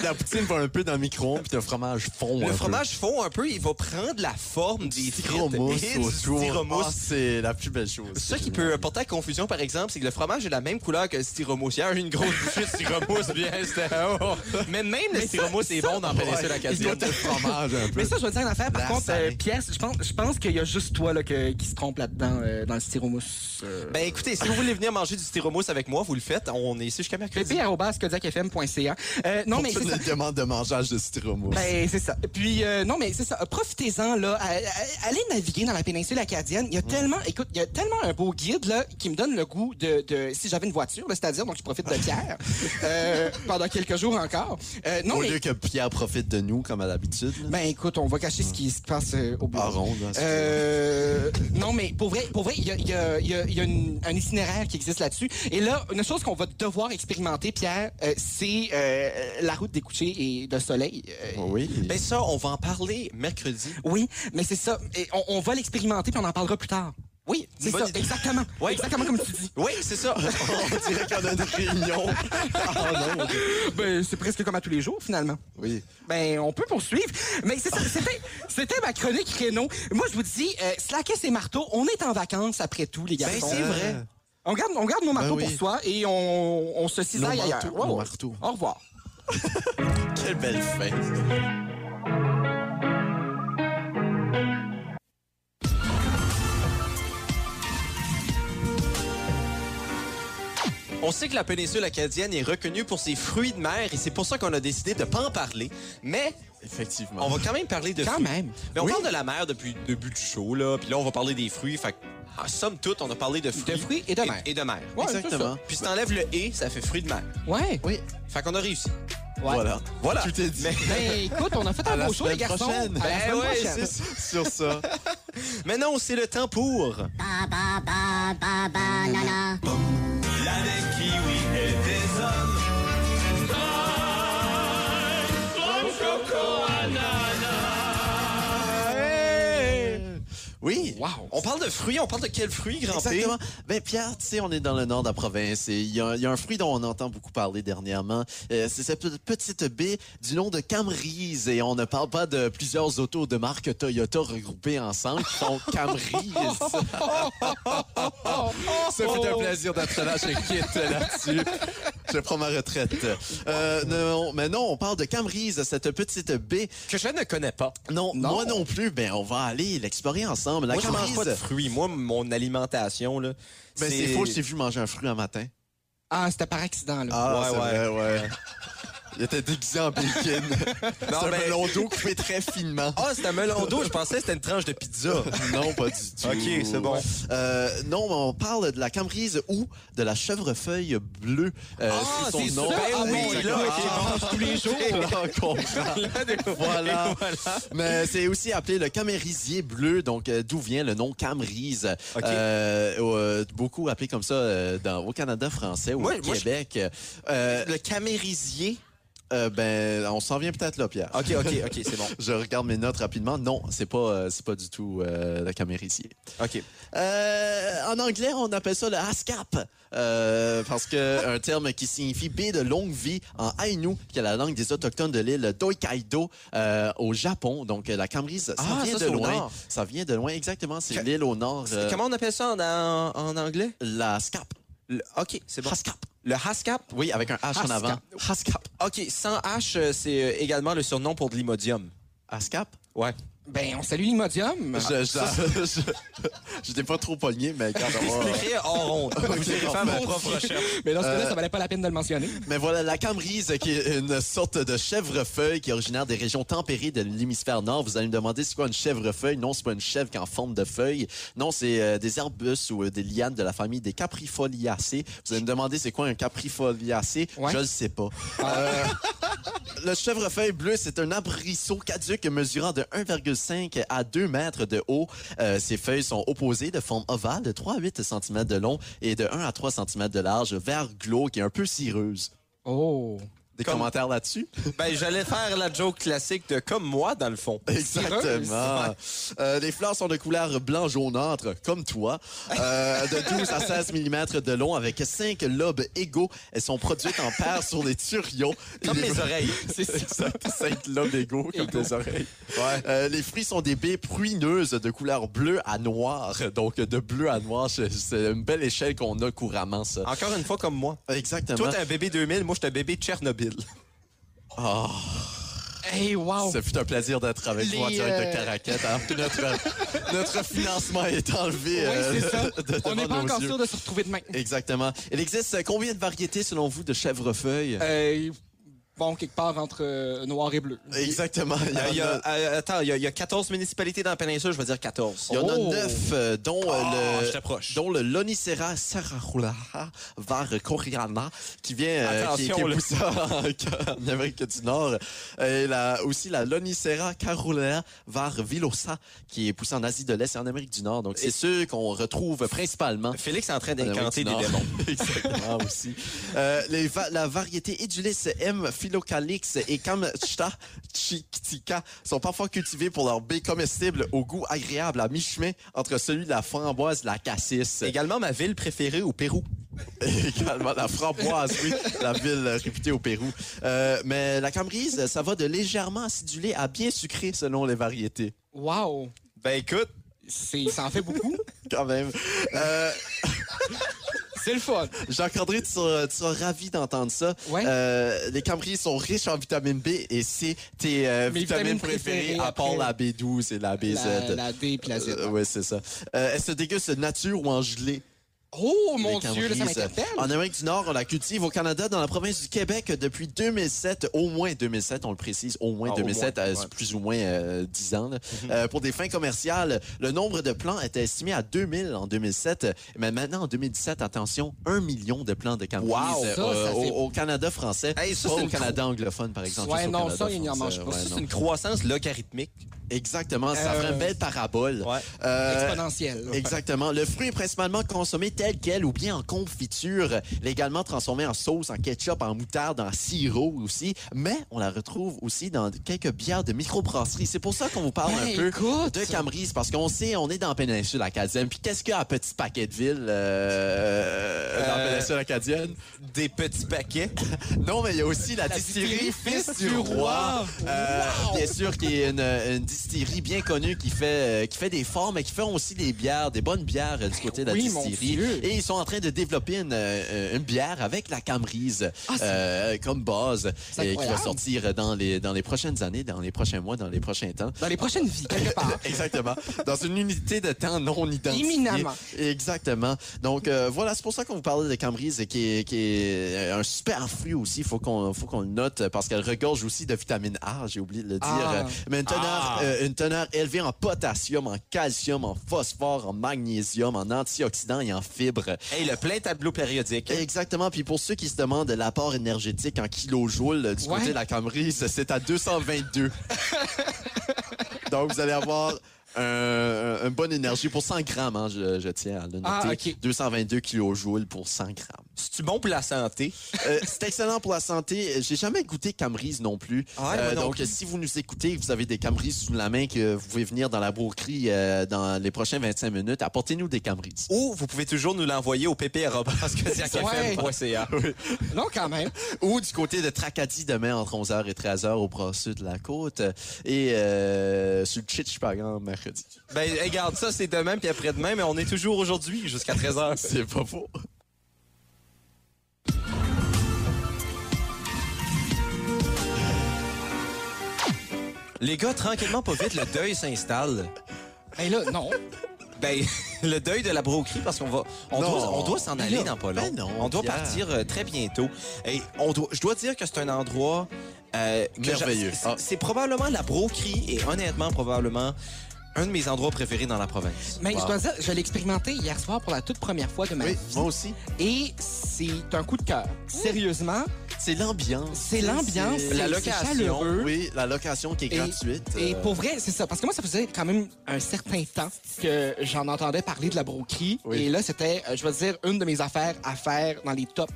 Speaker 4: La poutine va un peu dans le micro-ondes, puis le fromage fond. un
Speaker 1: le
Speaker 4: peu.
Speaker 1: fromage fond un peu, il va prendre la forme des frites
Speaker 4: Styromousse
Speaker 1: et du
Speaker 4: autour.
Speaker 1: styromousse.
Speaker 4: Ah, c'est la plus belle chose.
Speaker 1: Ce qui
Speaker 4: C'est
Speaker 1: peut porter à confusion, par exemple, c'est que le fromage est la même couleur que le styromousse. Hier, j'ai une grosse bouchée de styromousse, bien, c'était... oh. Mais même le styromousse est bon dans la
Speaker 4: génial.
Speaker 1: péninsule
Speaker 4: Ouais, il doit
Speaker 1: acadienne.
Speaker 4: être fromage un peu.
Speaker 3: Mais ça, je vais te dire une affaire. Par
Speaker 4: La
Speaker 3: contre, euh,
Speaker 4: salée.
Speaker 3: Pierre, je pense, je pense qu'il y a juste toi là, que- qui se trompe là-dedans, euh, dans le styromousse. Euh...
Speaker 1: Ben écoutez, si vous voulez venir manger du styromousse avec moi, vous le faites. On est ici jusqu'à mercredi.
Speaker 3: Pépé, arrobas, kodiakfm.ca. fm.ca. Euh, non, mais
Speaker 4: Pour
Speaker 3: c'est
Speaker 4: toutes
Speaker 3: ça.
Speaker 4: les demandes de mangeage de styromousse.
Speaker 3: Ben, c'est ça. Puis, euh, non, mais c'est ça. Profitez-en, là. À- à- Allez naviguer dans la péninsule acadienne.
Speaker 4: Mm.
Speaker 3: Il y a tellement, écoute, il y a tellement un beau guide, là, qui me donne le goût de, de si j'avais une voiture, là, c'est-à-dire, donc je profite de Pierre, euh, pendant quelques jours encore. Euh, non,
Speaker 4: Au
Speaker 3: mais,
Speaker 4: lieu que Pierre profite de nous, comme à l'habitude. là.
Speaker 3: ben, écoute, on va cacher ce qui se passe euh, au bureau.
Speaker 4: Ah, ronde, hein, c'est
Speaker 3: Euh, non, mais pour vrai, pour vrai, il y a, il y a- il y a- il y a une- un itinéraire qui existe là-dessus. Et là, une chose qu'on va devoir expérimenter, Pierre, euh, c'est euh, la route des couchers et de soleil. Euh,
Speaker 4: Oui.
Speaker 1: Ben ça, on va en parler mercredi.
Speaker 3: oui, mais c'est ça. Et on, on va l'expérimenter puis on en parlera plus tard. Oui, c'est
Speaker 1: Bonne
Speaker 3: ça,
Speaker 1: idée.
Speaker 3: exactement.
Speaker 1: Oui.
Speaker 3: Exactement comme tu dis.
Speaker 1: Oui, c'est ça.
Speaker 4: On dirait qu'on a une réunion. Ah non.
Speaker 3: Ben, c'est presque comme à tous les jours, finalement.
Speaker 4: Oui.
Speaker 3: Ben, on peut poursuivre. Mais c'est ça, c'était, c'était ma chronique Renault. Moi, je vous dis, euh, Slackess et Marteau, on est en vacances après tout, les garçons.
Speaker 4: Ben,
Speaker 3: Euh,
Speaker 1: c'est vrai.
Speaker 3: On garde, on garde nos marteaux
Speaker 4: oui.
Speaker 3: pour soi et on, on se cisaille
Speaker 4: Nos
Speaker 3: ailleurs.
Speaker 4: marteaux,
Speaker 3: Ouais,
Speaker 4: nos
Speaker 3: ouais.
Speaker 4: marteaux.
Speaker 3: Au revoir.
Speaker 4: Quelle belle fête.
Speaker 1: On sait que la péninsule acadienne est reconnue pour ses fruits de mer et c'est pour ça qu'on a décidé de pas en parler. Mais
Speaker 4: Effectivement.
Speaker 1: on va quand même parler de
Speaker 3: Quand
Speaker 1: fruits.
Speaker 3: même.
Speaker 1: Mais on
Speaker 3: Oui.
Speaker 1: parle de la mer depuis le début du show, là. Puis là, on va parler des fruits. Fait que, en somme toute, on a parlé de fruits.
Speaker 3: fruits et de mer.
Speaker 1: Et de mer.
Speaker 3: Ouais,
Speaker 4: Exactement.
Speaker 1: Puis si t'enlèves le « et », ça fait fruits de mer.
Speaker 3: c'est ça. Ouais.
Speaker 4: Oui.
Speaker 1: Fait qu'on a réussi.
Speaker 4: Voilà.
Speaker 1: Voilà.
Speaker 4: Tout est dit.
Speaker 1: Mais-
Speaker 3: Ben, écoute, on a fait
Speaker 4: À
Speaker 3: un
Speaker 4: la
Speaker 3: beau show, les
Speaker 4: semaine
Speaker 3: garçons.
Speaker 4: prochaine.
Speaker 3: À la
Speaker 1: Ben
Speaker 3: semaine
Speaker 1: ouais,
Speaker 3: prochaine.
Speaker 4: C'est sur ça.
Speaker 1: Maintenant, c'est le temps pour...
Speaker 7: ba ba ba ba banana.
Speaker 4: Oui.
Speaker 3: Wow.
Speaker 1: On parle de fruits. On parle de quel fruit, grand P?
Speaker 4: Exactement. Ben, Pierre, tu sais, on est dans le nord de la province et il y, a- il y a un fruit dont on entend beaucoup parler dernièrement. Euh, c'est cette pe- petite baie du nom de Camrys et on ne parle pas de plusieurs autos de marque Toyota regroupées ensemble qui font Camrys. Oh, Ça fait un plaisir d'être là. Je quitte là-dessus. Je prends ma retraite. Euh, non, mais non, on parle de Camrys, cette petite baie.
Speaker 1: Que je ne connais pas.
Speaker 4: Non, moi non plus. Ben, on va aller l'explorer ensemble. La
Speaker 1: Moi, je mange pas de
Speaker 4: Camrys.
Speaker 1: fruits. Moi, mon alimentation, là...
Speaker 4: Ben, c'est faux, je t'ai vu manger un fruit un matin.
Speaker 3: Ah, c'était par accident, là.
Speaker 4: Ah,
Speaker 1: Ouais,
Speaker 4: c'est
Speaker 1: ouais.
Speaker 4: vrai, ouais. Il était déguisé en bacon. c'est un
Speaker 1: ben-
Speaker 4: melon d'eau coupé très finement.
Speaker 1: Ah, c'était un melon d'eau. Je pensais que c'était une tranche de pizza.
Speaker 4: Non, pas du tout.
Speaker 1: Ok, c'est bon.
Speaker 4: Euh, non, mais on parle de la cambrise ou de la chevrefeuille bleue. euh,
Speaker 1: Ah,
Speaker 4: sous son
Speaker 1: c'est
Speaker 4: nom.
Speaker 1: ça. Ah,
Speaker 4: oui,
Speaker 1: oui,
Speaker 4: exactement.
Speaker 1: là, ok,
Speaker 4: Ah,
Speaker 1: bon, tous les jours.
Speaker 4: là, on comprend. voilà. Mais c'est aussi appelé le camérisier bleu, donc euh, d'où vient le nom cambrise.
Speaker 1: Ok.
Speaker 4: Euh, euh, beaucoup appelé comme ça euh, dans, au Canada français ou
Speaker 1: Moi,
Speaker 4: au
Speaker 1: moi, je-
Speaker 4: Québec. Euh,
Speaker 1: Le camérisier.
Speaker 4: euh, ben, on s'en vient peut-être là, Pierre.
Speaker 1: OK, OK, OK, c'est bon.
Speaker 4: Je regarde mes notes rapidement. Non, c'est pas, euh, c'est pas du tout euh, le camérisier.
Speaker 1: OK.
Speaker 4: Euh, en anglais, on appelle ça le ASCAP, euh, parce que un terme qui signifie baie de longue vie en Ainu, qui est la langue des autochtones de l'île d'Hokkaido euh, au Japon. Donc euh, la Camrise, ça
Speaker 1: Ah,
Speaker 4: vient
Speaker 1: ça,
Speaker 4: de
Speaker 1: c'est au
Speaker 4: loin.
Speaker 1: nord.
Speaker 4: Ça vient de loin, exactement.
Speaker 1: Que-
Speaker 4: C'est l'île au nord. euh,
Speaker 1: Comment on appelle ça en, en- en anglais?
Speaker 4: La SCAP.
Speaker 1: Le- OK, c'est bon.
Speaker 4: Hascap.
Speaker 1: Le Hascap?
Speaker 4: Oui, avec un H en avant. Hascap.
Speaker 1: OK, sans H, euh, c'est euh, également le surnom pour de l'imodium.
Speaker 4: Ascap.
Speaker 1: Ouais.
Speaker 3: Ben, on salue l'Imodium.
Speaker 4: Je, je, je- je t'ai pas trop pogné, mais regarde, on va-
Speaker 1: Créé hors honte. Vous irez faire vos
Speaker 4: parfait.
Speaker 1: propres recherches.
Speaker 3: Mais dans ce cas-là, ça valait pas la peine de le mentionner.
Speaker 4: Mais voilà, la cambrise, qui est une sorte de chèvrefeuille qui est originaire des régions tempérées de l'hémisphère nord. Vous allez me demander c'est quoi une chèvrefeuille. Non, c'est pas une chèvre qui est en forme de feuille. Non, c'est euh, des arbustes ou euh, des lianes de la famille des caprifoliacées. Vous allez me demander c'est quoi un caprifoliacée.
Speaker 3: Ouais.
Speaker 4: Je le sais pas. Euh, le chèvrefeuille bleu, c'est un arbrisseau caduque mesurant de 1,5 à 2 mètres de haut. Euh, ses feuilles sont opposées de forme ovale de 3 à 8 cm de long et de 1 à 3 cm de large, vert glauque et un peu cireuse.
Speaker 3: Oh.
Speaker 4: Des
Speaker 1: Comme-
Speaker 4: commentaires là-dessus?
Speaker 1: Ben, j'allais faire la joke classique de comme moi, dans le fond.
Speaker 4: Exactement. Euh, les fleurs sont de couleur blanc jaunâtre, comme toi, euh, de 12 à 16 mm de long, avec cinq lobes égaux. Elles sont produites en paires sur les turions.
Speaker 1: Comme mes oreilles.
Speaker 4: C'est exact, cinq lobes égaux comme tes oreilles.
Speaker 1: Ouais.
Speaker 4: Euh, les fruits sont des baies pruineuses de couleur bleue à noire. Donc, de bleu à noir, c'est- c'est une belle échelle qu'on a couramment, ça.
Speaker 1: Encore une fois, comme moi.
Speaker 4: Ah, Exactement. Ah.
Speaker 1: Toi, t'es un bébé 2000, moi, je suis un bébé Tchernobyl.
Speaker 3: Hey, wow!
Speaker 4: Ça fut un plaisir d'être avec
Speaker 3: Les,
Speaker 4: vous en direct
Speaker 3: euh,
Speaker 4: de Caracat. alors que Notre, euh, notre financement est enlevé
Speaker 3: Oui,
Speaker 4: euh,
Speaker 3: c'est ça.
Speaker 4: de devant
Speaker 3: On n'est pas
Speaker 4: nos
Speaker 3: encore
Speaker 4: yeux.
Speaker 3: sûr de se retrouver demain.
Speaker 4: Exactement. Il existe euh, combien de variétés, selon vous, de chevrefeuille?
Speaker 3: Euh, bon, quelque part entre euh, noir et bleu.
Speaker 4: Exactement. Il y en
Speaker 1: Euh,
Speaker 4: a,
Speaker 1: il y a- euh, attends, il y, a, il y a 14 municipalités dans la péninsule, je vais dire 14.
Speaker 4: il y en a
Speaker 3: Oh.
Speaker 4: neuf, euh, dont, euh,
Speaker 1: Ah, je
Speaker 4: le,
Speaker 1: t'approche.
Speaker 4: dont le Lonicera sarahulaha var Coriana, qui vient euh, qui, qui
Speaker 1: Attention, là.
Speaker 4: est poussé en, en Amérique du Nord. Euh, Et la, aussi la Lonicera carolea var Vilosa, qui est poussée en Asie de l'Est et en Amérique du Nord. Donc, c'est ceux qu'on retrouve principalement
Speaker 1: Félix est en train
Speaker 4: Ah,
Speaker 1: d'incanter
Speaker 4: oui,
Speaker 1: des
Speaker 4: non.
Speaker 1: démons.
Speaker 4: Exactement aussi. Euh, les va- la variété Edulis M. philocalix et Kamchta chikitika sont parfois cultivées pour leur baie comestible au goût agréable à mi-chemin entre celui de la framboise et la cassis.
Speaker 1: Également ma ville préférée au Pérou.
Speaker 4: Également la framboise, oui, la ville euh, réputée au Pérou. Euh, mais la cambrise, ça va de légèrement acidulée à bien sucrée selon les variétés.
Speaker 3: Wow!
Speaker 1: Ben écoute,
Speaker 3: C'est- Ça en fait beaucoup.
Speaker 4: Quand même. Euh,
Speaker 3: C'est le fun.
Speaker 4: Jacques-André, tu seras, tu seras ravi d'entendre ça.
Speaker 3: Ouais.
Speaker 4: Euh, les Cambriers sont riches en vitamine B et C. Tes euh,
Speaker 3: Mes
Speaker 4: vitamines
Speaker 3: vitamines
Speaker 4: préférées,
Speaker 3: préférées
Speaker 4: à part
Speaker 3: après.
Speaker 4: la B12 et la
Speaker 3: La,
Speaker 4: BZ.
Speaker 3: la D puis la Z. hein.
Speaker 4: oui, c'est ça. Euh, Elle se déguste nature ou en gelée.
Speaker 3: Oh mon
Speaker 4: les
Speaker 3: Dieu, là, ça
Speaker 4: Cambriers.
Speaker 3: m'interpelle.
Speaker 4: euh, En Amérique du Nord, on la cultive au Canada, dans la province du Québec depuis 2007, au moins 2007, on le précise, au moins
Speaker 1: Ah, au
Speaker 4: 2007,
Speaker 1: moins,
Speaker 4: euh,
Speaker 1: ouais.
Speaker 4: c'est plus ou moins euh, 10 ans. là.
Speaker 3: Mhm.
Speaker 4: Euh, pour des fins commerciales, le nombre de plants était estimé à 2000 en 2007, mais maintenant en 2017, attention, 1 million de plants de Cambrises
Speaker 3: Wow, ça, ça
Speaker 4: au,
Speaker 3: fait-
Speaker 4: au Canada français,
Speaker 1: Hey, ça,
Speaker 4: pas
Speaker 1: c'est
Speaker 4: au
Speaker 1: une
Speaker 4: Canada anglophone par exemple.
Speaker 3: Ouais,
Speaker 4: juste au
Speaker 3: non,
Speaker 4: Canada
Speaker 3: ça, il n'y en
Speaker 4: français,
Speaker 3: mange pas.
Speaker 4: ouais,
Speaker 1: ça, c'est
Speaker 4: non.
Speaker 1: une croissance logarithmique.
Speaker 4: Exactement, ça
Speaker 3: Euh,
Speaker 4: ferait une belle parabole.
Speaker 1: Ouais.
Speaker 4: Euh,
Speaker 3: Exponentielle.
Speaker 4: Exactement. Le fruit est principalement consommé tel quel ou bien en confiture, légalement transformé en sauce, en ketchup, en moutarde, en sirop aussi. Mais on la retrouve aussi dans quelques bières de microbrasserie. C'est pour ça qu'on vous parle
Speaker 3: Ben,
Speaker 4: un peu
Speaker 3: écoute.
Speaker 4: de Cambrisse parce qu'on sait, on est dans la péninsule acadienne. Puis qu'est-ce qu'il y a à Petit Paquet de Ville euh, dans la
Speaker 1: Euh,
Speaker 4: péninsule acadienne?
Speaker 1: Des petits paquets.
Speaker 4: Non, mais il y a aussi la,
Speaker 3: La
Speaker 4: distillerie
Speaker 3: distillerie
Speaker 4: Fils du Roi. Euh, Bien sûr, qui est une, une distillerie bien connue qui fait, euh, qui fait des formes et qui fait aussi des bières, des bonnes bières euh, du côté de la
Speaker 3: Ben oui, mon
Speaker 4: distillerie.
Speaker 3: Dieu.
Speaker 4: Et ils sont en train de développer une, euh, une bière avec la Camrise euh, comme base
Speaker 3: Ah, C'est
Speaker 4: et qui va
Speaker 3: incroyable.
Speaker 4: sortir dans les, dans les prochaines années, dans les prochains mois, dans les prochains temps.
Speaker 3: Dans les prochaines vies, quelque part.
Speaker 4: Exactement. Dans une unité de temps non identifiée.
Speaker 3: Éminemment.
Speaker 4: Exactement. Donc euh, voilà, c'est pour ça qu'on vous parlait de Cambrise, qui est, qui est un super fruit aussi. Il faut qu'on faut qu'on le note parce qu'elle regorge aussi de vitamine A, j'ai oublié de le dire.
Speaker 3: Ah.
Speaker 4: Euh, Mais une teneur, euh, une teneur élevée en potassium, en calcium, en phosphore, en magnésium, en antioxydants et en fibres.
Speaker 1: Hey, le plein tableau périodique.
Speaker 4: Exactement. Puis pour ceux qui se demandent de l'apport énergétique en kilojoules euh, du
Speaker 3: Ouais.
Speaker 4: côté de la Camrise, c'est à 222. Donc vous allez avoir un, un- une bonne énergie pour 100 grammes, hein, je, je tiens à le noter.
Speaker 3: Ah, ok.
Speaker 4: 222 kilojoules pour 100 grammes.
Speaker 1: C'est-tu bon pour la santé?
Speaker 4: Euh, c'est excellent pour la santé. J'ai jamais goûté Camrise non plus. Euh,
Speaker 1: Ah ouais, moi non
Speaker 4: donc
Speaker 1: plus.
Speaker 4: si vous nous écoutez, vous avez des Camrises sous la main que vous pouvez venir dans la broquerie euh, dans les prochaines 25 minutes, apportez-nous des Camrises.
Speaker 1: Ou vous pouvez toujours nous l'envoyer au ppr.ca.
Speaker 3: Non, quand même.
Speaker 4: ou du côté de Tracadie demain entre 11h et 13h au bras sud de la côte et euh, sur le Chichipagan mercredi.
Speaker 1: Ben, hey, regarde, ça, c'est demain puis après-demain, mais on est toujours aujourd'hui jusqu'à 13h.
Speaker 4: C'est pas faux.
Speaker 1: Les gars, tranquillement, pas vite, le deuil s'installe.
Speaker 3: Mais là, non.
Speaker 1: Ben, le deuil de la broquerie, parce qu'on va, on
Speaker 4: Non.
Speaker 1: doit, on doit s'en aller dans pas long.
Speaker 4: Ben non,
Speaker 1: on doit
Speaker 4: Pierre.
Speaker 1: partir euh, très bientôt. Et on doit, je dois dire que c'est un endroit euh, que j'a-
Speaker 4: Merveilleux.
Speaker 1: c'est-
Speaker 4: Ah.
Speaker 1: C'est probablement la broquerie et honnêtement, probablement un de mes endroits préférés dans la province.
Speaker 3: Mais
Speaker 4: Wow.
Speaker 3: je dois dire, je l'ai expérimenté hier soir pour la toute première fois de ma
Speaker 4: Oui,
Speaker 3: vie.
Speaker 4: moi aussi.
Speaker 3: Et c'est un coup de cœur. Sérieusement,
Speaker 4: C'est l'ambiance.
Speaker 3: c'est l'ambiance.
Speaker 4: C'est-
Speaker 3: c'est-
Speaker 4: La
Speaker 3: c'est
Speaker 4: location.
Speaker 3: chaleureux.
Speaker 4: Oui, la location qui est
Speaker 3: Et-
Speaker 4: gratuite.
Speaker 3: Et
Speaker 4: euh,
Speaker 3: pour vrai, c'est ça. Parce que moi, ça faisait quand même un certain temps que j'en entendais parler de la broquerie.
Speaker 4: Oui.
Speaker 3: Et là, c'était, euh, je vais dire, une de mes affaires à faire dans les tops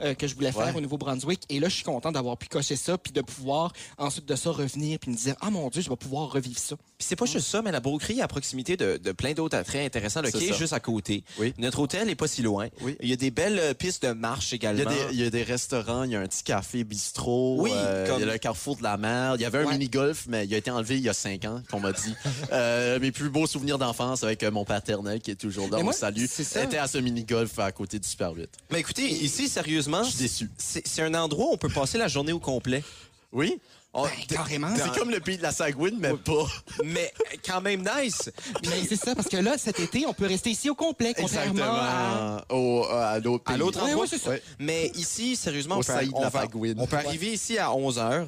Speaker 3: euh, que je voulais faire
Speaker 4: Ouais.
Speaker 3: au Nouveau-Brunswick. Et là, je suis content d'avoir pu cocher ça, puis de pouvoir ensuite de ça revenir, puis me dire, ah mon Dieu, je vais pouvoir revivre ça.
Speaker 1: Puis c'est pas juste ça, mais la broquerie est à proximité de, de plein d'autres attraits intéressants. Le
Speaker 4: C'est
Speaker 1: quai est
Speaker 4: ça.
Speaker 1: juste à côté.
Speaker 4: Oui.
Speaker 1: Notre hôtel est pas si loin.
Speaker 4: Oui.
Speaker 1: Il y a des belles euh, pistes de marche
Speaker 4: Il y, a
Speaker 1: également.
Speaker 4: des, il y a des restaurants, il y a un petit café bistrot,
Speaker 1: Oui,
Speaker 4: euh,
Speaker 1: comme-
Speaker 4: il y a le carrefour de la mer. Il y avait un
Speaker 3: Ouais.
Speaker 4: mini-golf, mais il a été enlevé il y a cinq ans, qu'on m'a dit. Euh, mes plus beaux souvenirs d'enfance avec euh, mon paternel qui est toujours là,
Speaker 3: Mais
Speaker 4: on
Speaker 3: moi,
Speaker 4: le salue,
Speaker 3: c'est ça.
Speaker 4: était à ce mini-golf à côté du Super 8.
Speaker 1: Mais écoutez, ici, sérieusement,
Speaker 4: Je suis déçu.
Speaker 1: c'est c'est un endroit où on peut passer la journée au complet.
Speaker 4: Oui? On-
Speaker 3: Ben, carrément.
Speaker 4: C'est comme le pays de la sagouine, mais pas.
Speaker 1: Mais euh, quand même nice.
Speaker 3: Mais c'est ça, parce que là, cet été, on peut rester ici au complet, contrairement à...
Speaker 4: Au, euh, à l'autre pays.
Speaker 1: À l'autre
Speaker 3: Oui,
Speaker 1: endroit.
Speaker 3: oui, c'est ça.
Speaker 4: Ouais.
Speaker 1: Mais ici, sérieusement,
Speaker 4: Au
Speaker 1: on peut,
Speaker 4: saïd de
Speaker 1: on
Speaker 4: la
Speaker 1: va-
Speaker 4: Pagouine.
Speaker 1: on peut arriver ici à 11 h,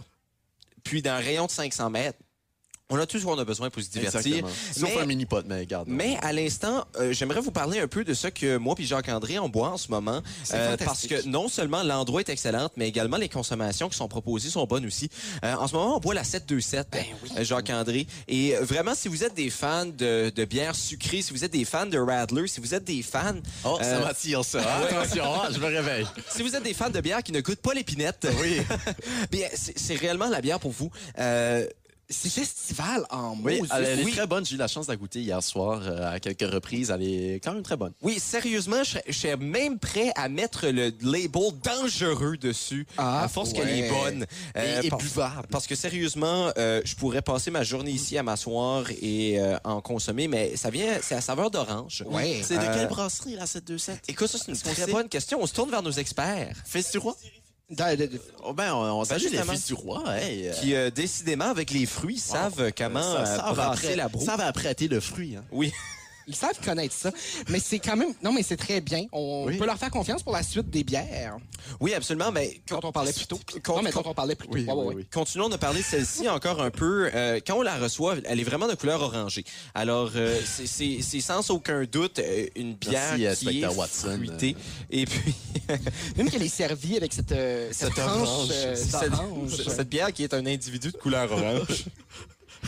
Speaker 1: puis dans un rayon de 500 mètres. On a tout ce qu'on a besoin pour se divertir.
Speaker 4: Exactement.
Speaker 1: Mais,
Speaker 4: Sauf un mini-pot, mais regarde.
Speaker 1: mais à l'instant, euh, j'aimerais vous parler un peu de ce que moi puis Jacques-André on boit en ce moment. euh, parce
Speaker 3: fantastique.
Speaker 1: que non seulement l'endroit est excellent, mais également les consommations qui sont proposées sont bonnes aussi. Euh, en ce moment, on boit la 727,
Speaker 4: Ben
Speaker 1: euh, Jacques-André. Et euh, vraiment, si vous êtes des fans de, de bière sucrée, si vous êtes des fans de Radler, si vous êtes des fans...
Speaker 4: Oh, ça
Speaker 1: euh,
Speaker 4: m'attire, ça. Attention, ah, je me réveille.
Speaker 1: si vous êtes des fans de bière qui ne goûtent pas l'épinette,
Speaker 4: Oui.
Speaker 1: bien, c'est c'est réellement la bière pour vous. Euh,
Speaker 3: C'est festival en mots.
Speaker 4: Oui, elle, elle est
Speaker 1: oui.
Speaker 4: très bonne. J'ai eu la chance de la goûter hier soir euh, à quelques reprises. Elle est quand même très bonne.
Speaker 1: oui, sérieusement, je serais- je serais même prêt à mettre le label dangereux dessus,
Speaker 3: Ah,
Speaker 1: à force qu'elle est
Speaker 3: ouais.
Speaker 1: bonne. Euh,
Speaker 4: Et- et
Speaker 1: par- Parce que sérieusement, euh, je pourrais passer ma journée ici à m'asseoir et euh, en consommer, mais ça vient, c'est à saveur d'orange.
Speaker 3: Ouais.
Speaker 4: C'est de
Speaker 1: Euh,
Speaker 4: quelle brasserie, la 727?
Speaker 1: Écoute, ça, c'est une
Speaker 4: Est-ce qu'on
Speaker 1: très
Speaker 4: sait?
Speaker 1: bonne question. On se tourne vers nos experts.
Speaker 4: Festirois?
Speaker 3: Da- da- da-
Speaker 4: Oh, ben, on, on s'agit des
Speaker 1: justement.
Speaker 4: fils du roi. Hey, euh,
Speaker 1: Qui, euh, décidément, avec les fruits, savent comment
Speaker 4: ça,
Speaker 1: euh,
Speaker 4: ça va
Speaker 1: brasser
Speaker 4: apprêter-
Speaker 1: la broue.
Speaker 4: ça va apprêter le fruit. Hein.
Speaker 1: Oui.
Speaker 3: Ils savent connaître ça. Mais c'est quand même... Non, mais c'est très bien. On
Speaker 4: Oui.
Speaker 3: peut leur faire confiance pour la suite des bières.
Speaker 1: oui, absolument, mais...
Speaker 3: Quand on parlait plus tôt.
Speaker 1: Quand-
Speaker 3: non, mais quand on parlait plus tôt. Ouais, ouais, ouais.
Speaker 1: Continuons de parler de celle-ci encore un peu. Euh, quand on la reçoit, elle est vraiment de couleur orangée. Alors, euh, c'est- c'est c'est sans aucun doute euh, une bière
Speaker 4: Merci,
Speaker 1: qui est
Speaker 4: Inspecteur Watson. euh.
Speaker 1: fruitée. Et puis,
Speaker 3: Même qu'elle est servie avec cette, euh, cette, tranche
Speaker 4: orange.
Speaker 3: euh,
Speaker 1: cette,
Speaker 3: d'orange.
Speaker 1: cette bière qui est un individu de couleur orange.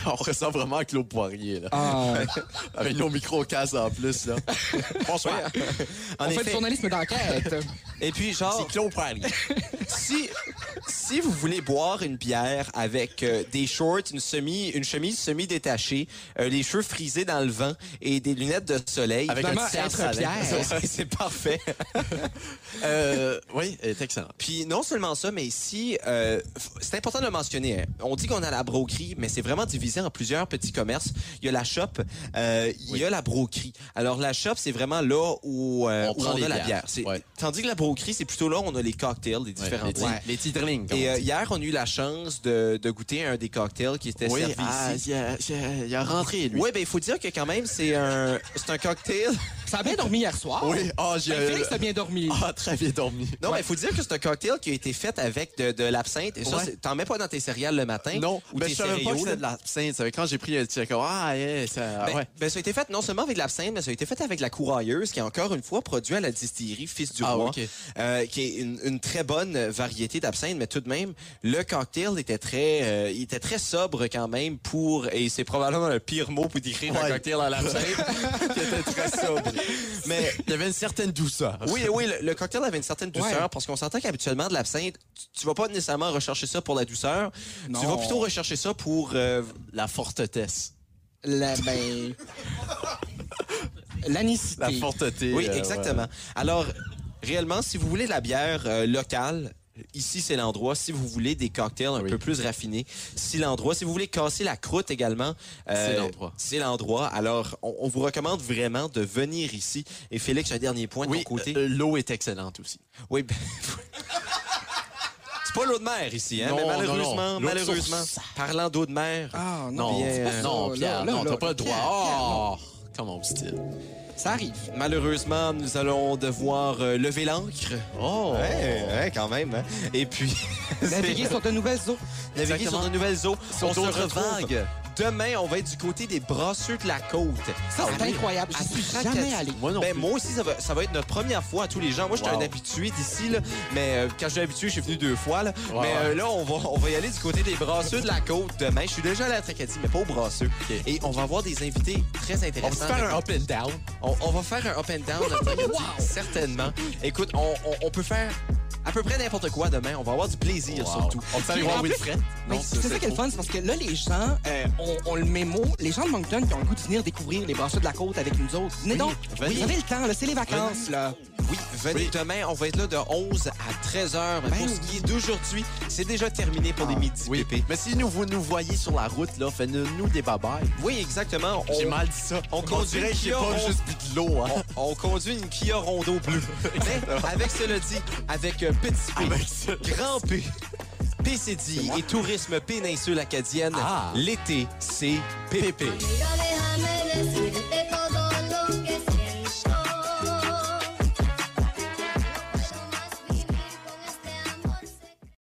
Speaker 4: On ressent vraiment Claude Poirier, là.
Speaker 3: Ah,
Speaker 4: Avec nos micros casse en plus, là. Bonsoir.
Speaker 1: En
Speaker 3: on fait
Speaker 1: effet.
Speaker 3: du journalisme d'enquête.
Speaker 1: Et puis, genre...
Speaker 4: Claude Poirier.
Speaker 1: si, si vous voulez boire une bière avec euh, des shorts, une, semi, une chemise semi-détachée, euh, les cheveux frisés dans le vent et des lunettes de soleil...
Speaker 4: Avec un
Speaker 3: Vraiment,
Speaker 4: petit cerf
Speaker 3: être
Speaker 4: salin.
Speaker 3: Pierre.
Speaker 1: c'est- C'est parfait.
Speaker 4: Euh, oui, elle est excellente.
Speaker 1: Puis non seulement ça, mais ici, euh, f- c'est important de le mentionner. hein. On dit qu'on a la broquerie, mais c'est vraiment divisé en plusieurs petits commerces. Il y a la shop, euh, il y a la broquerie. Alors la shop, c'est vraiment là où euh,
Speaker 4: On
Speaker 1: où on,
Speaker 4: prend
Speaker 1: a
Speaker 4: les
Speaker 1: la
Speaker 4: bières.
Speaker 1: bière. C'est-
Speaker 4: Ouais.
Speaker 1: Tandis que la broquerie, c'est plutôt là où on a les cocktails, les différents
Speaker 4: les,
Speaker 1: types.
Speaker 4: titres les titrelings, comme
Speaker 1: Et
Speaker 4: on
Speaker 1: euh,
Speaker 4: dit.
Speaker 1: hier, on a eu la chance de, de goûter un des cocktails qui était
Speaker 4: Oui,
Speaker 1: servi
Speaker 4: ah,
Speaker 1: ici.
Speaker 4: il a, il a- il a rentré, lui.
Speaker 1: Oui, ben il faut dire que quand même, c'est un, c'est un cocktail.
Speaker 3: Ça a bien dormi hier soir.
Speaker 4: Oui, ah, j'ai...
Speaker 3: Ben, Félix, t'as bien dormi.
Speaker 4: Ah, très bien dormi.
Speaker 1: Non, mais il faut dire que c'est un cocktail qui a été fait avec de, de l'absinthe. Et ça,
Speaker 4: Ouais.
Speaker 1: c'est- t'en mets pas dans tes céréales le matin.
Speaker 4: Non,
Speaker 1: Hein? ou
Speaker 4: mais
Speaker 1: tes
Speaker 4: je savais pas que
Speaker 1: céréaux,
Speaker 4: c'était
Speaker 1: là.
Speaker 4: de l'absinthe. Ça fait que Quand j'ai pris le petit, comme, ah, yeah, ça,
Speaker 1: Ben,
Speaker 4: ouais.
Speaker 1: ben, ça a été fait non seulement avec de l'absinthe, mais ça a été fait avec la courailleuse, qui est encore une fois produit à la distillerie Fils du
Speaker 4: Ah,
Speaker 1: Roi,
Speaker 4: ok.
Speaker 1: euh, qui est une, une très bonne variété d'absinthe, mais tout de même, le cocktail était très, euh, il était très sobre quand même pour, et c'est probablement le pire mot pour décrire un
Speaker 4: Ouais.
Speaker 1: cocktail à l'absinthe, qui était très sobre. Mais
Speaker 4: Il y avait une certaine douceur.
Speaker 1: oui, oui, le, le cocktail avait une certaine douceur
Speaker 3: Ouais.
Speaker 1: parce qu'on s'entend qu'habituellement de l'absinthe, tu, tu vas pas nécessairement rechercher ça pour la douceur, tu vas plutôt rechercher ça pour euh,
Speaker 4: La fortetesse.
Speaker 3: La, ben... L'anicité.
Speaker 4: La forteté.
Speaker 1: Oui,
Speaker 4: euh,
Speaker 1: exactement. Alors, réellement, si vous voulez de la bière euh, locale, ici c'est l'endroit. Si vous voulez des cocktails un
Speaker 4: Oui.
Speaker 1: peu plus raffinés, c'est l'endroit. Si vous voulez casser la croûte également, euh,
Speaker 4: C'est l'endroit.
Speaker 1: C'est l'endroit. Alors, on, on vous recommande vraiment de venir ici. Et Félix, un dernier point
Speaker 4: ouais.
Speaker 1: de
Speaker 4: Oui,
Speaker 1: ton côté.
Speaker 4: euh, l'eau est excellente aussi.
Speaker 1: Oui, ben, C'est pas l'eau de mer ici, hein?
Speaker 4: Non,
Speaker 1: mais
Speaker 4: non, non.
Speaker 1: malheureusement,
Speaker 4: L'eau de
Speaker 1: malheureusement,
Speaker 4: source.
Speaker 1: parlant d'eau de mer,
Speaker 3: Ah, non.
Speaker 4: Non,
Speaker 1: bien,
Speaker 4: c'est pas-
Speaker 1: euh,
Speaker 4: non,
Speaker 3: là,
Speaker 4: Pierre,
Speaker 3: là,
Speaker 4: non,
Speaker 3: là,
Speaker 4: t'as pas le
Speaker 3: Pierre,
Speaker 4: droit. Oh, comment dit-il?
Speaker 3: Ça arrive.
Speaker 1: malheureusement, nous allons devoir euh, lever l'ancre.
Speaker 4: Oh!
Speaker 1: Ouais, ouais, quand même. hein. Et puis, c'est-
Speaker 3: Naviguer sur de nouvelles eaux.
Speaker 1: naviguer sur
Speaker 4: Exactement.
Speaker 1: de nouvelles eaux.
Speaker 4: Sur
Speaker 1: on se
Speaker 4: d'autres
Speaker 1: retrouve.
Speaker 4: vagues.
Speaker 1: Demain, on va être du côté des brasseux de la côte. Ah
Speaker 3: Ça,
Speaker 4: Ah
Speaker 3: c'est incroyable.
Speaker 1: À
Speaker 3: Je suis
Speaker 1: chaque-
Speaker 3: jamais allé.
Speaker 4: Moi non
Speaker 1: Ben,
Speaker 4: plus.
Speaker 1: moi aussi, ça va, ça va être notre première fois à tous les gens. Moi, j'étais
Speaker 4: Wow.
Speaker 1: un habitué d'ici, là, mais euh, quand je suis habitué, je suis venu deux fois. Là.
Speaker 4: Wow.
Speaker 1: Mais euh, là, on va, on va y aller du côté des brasseux de la côte demain. Je suis déjà allé à Tracadie, mais pas aux brasseux.
Speaker 4: Ok.
Speaker 1: Et on va avoir des invités très
Speaker 4: On peut
Speaker 1: intéressants.
Speaker 4: faire un up and down.
Speaker 1: On, on va faire un up and down, à Tracadie, certainement. Écoute, on, on- on peut faire à peu près n'importe quoi demain. On va avoir du plaisir,
Speaker 4: Wow.
Speaker 1: surtout.
Speaker 4: On peut aller
Speaker 1: Puis,
Speaker 4: voir
Speaker 1: en plus,
Speaker 4: Wilfred.
Speaker 3: Mais
Speaker 4: Non,
Speaker 3: c'est ça qui est le fun, c'est parce que là, les gens, euh, on, on le mémo, les gens de Moncton qui ont le goût de venir découvrir les brasseurs de la côte avec nous autres. Venez donc,
Speaker 4: venez.
Speaker 3: vous avez le temps, là, c'est les vacances, là.
Speaker 1: Oui, venez demain. On va être là de 11 à 13 heures. Mais
Speaker 3: Ben
Speaker 1: pour ce qui est d'aujourd'hui, c'est déjà terminé pour les midis
Speaker 4: Ah, Oui.
Speaker 1: pépés.
Speaker 4: Mais si nous, vous nous voyez sur la route, là, faites-nous des babayes.
Speaker 1: Oui, exactement.
Speaker 4: J'ai
Speaker 1: On-
Speaker 4: mal dit ça.
Speaker 1: on conduirait
Speaker 4: dirait qu'il n'y a
Speaker 1: Kia,
Speaker 4: pas
Speaker 1: on-
Speaker 4: juste bu de l'eau, hein.
Speaker 1: On conduit une Kia Rondo bleue. Mais avec cela dit, avec euh, petit P,
Speaker 4: Avec ça.
Speaker 1: grand P, DCD et Tourisme Péninsule Acadienne.
Speaker 8: Ah.
Speaker 1: L'été, c'est pépé.
Speaker 6: Mira, déjame decirte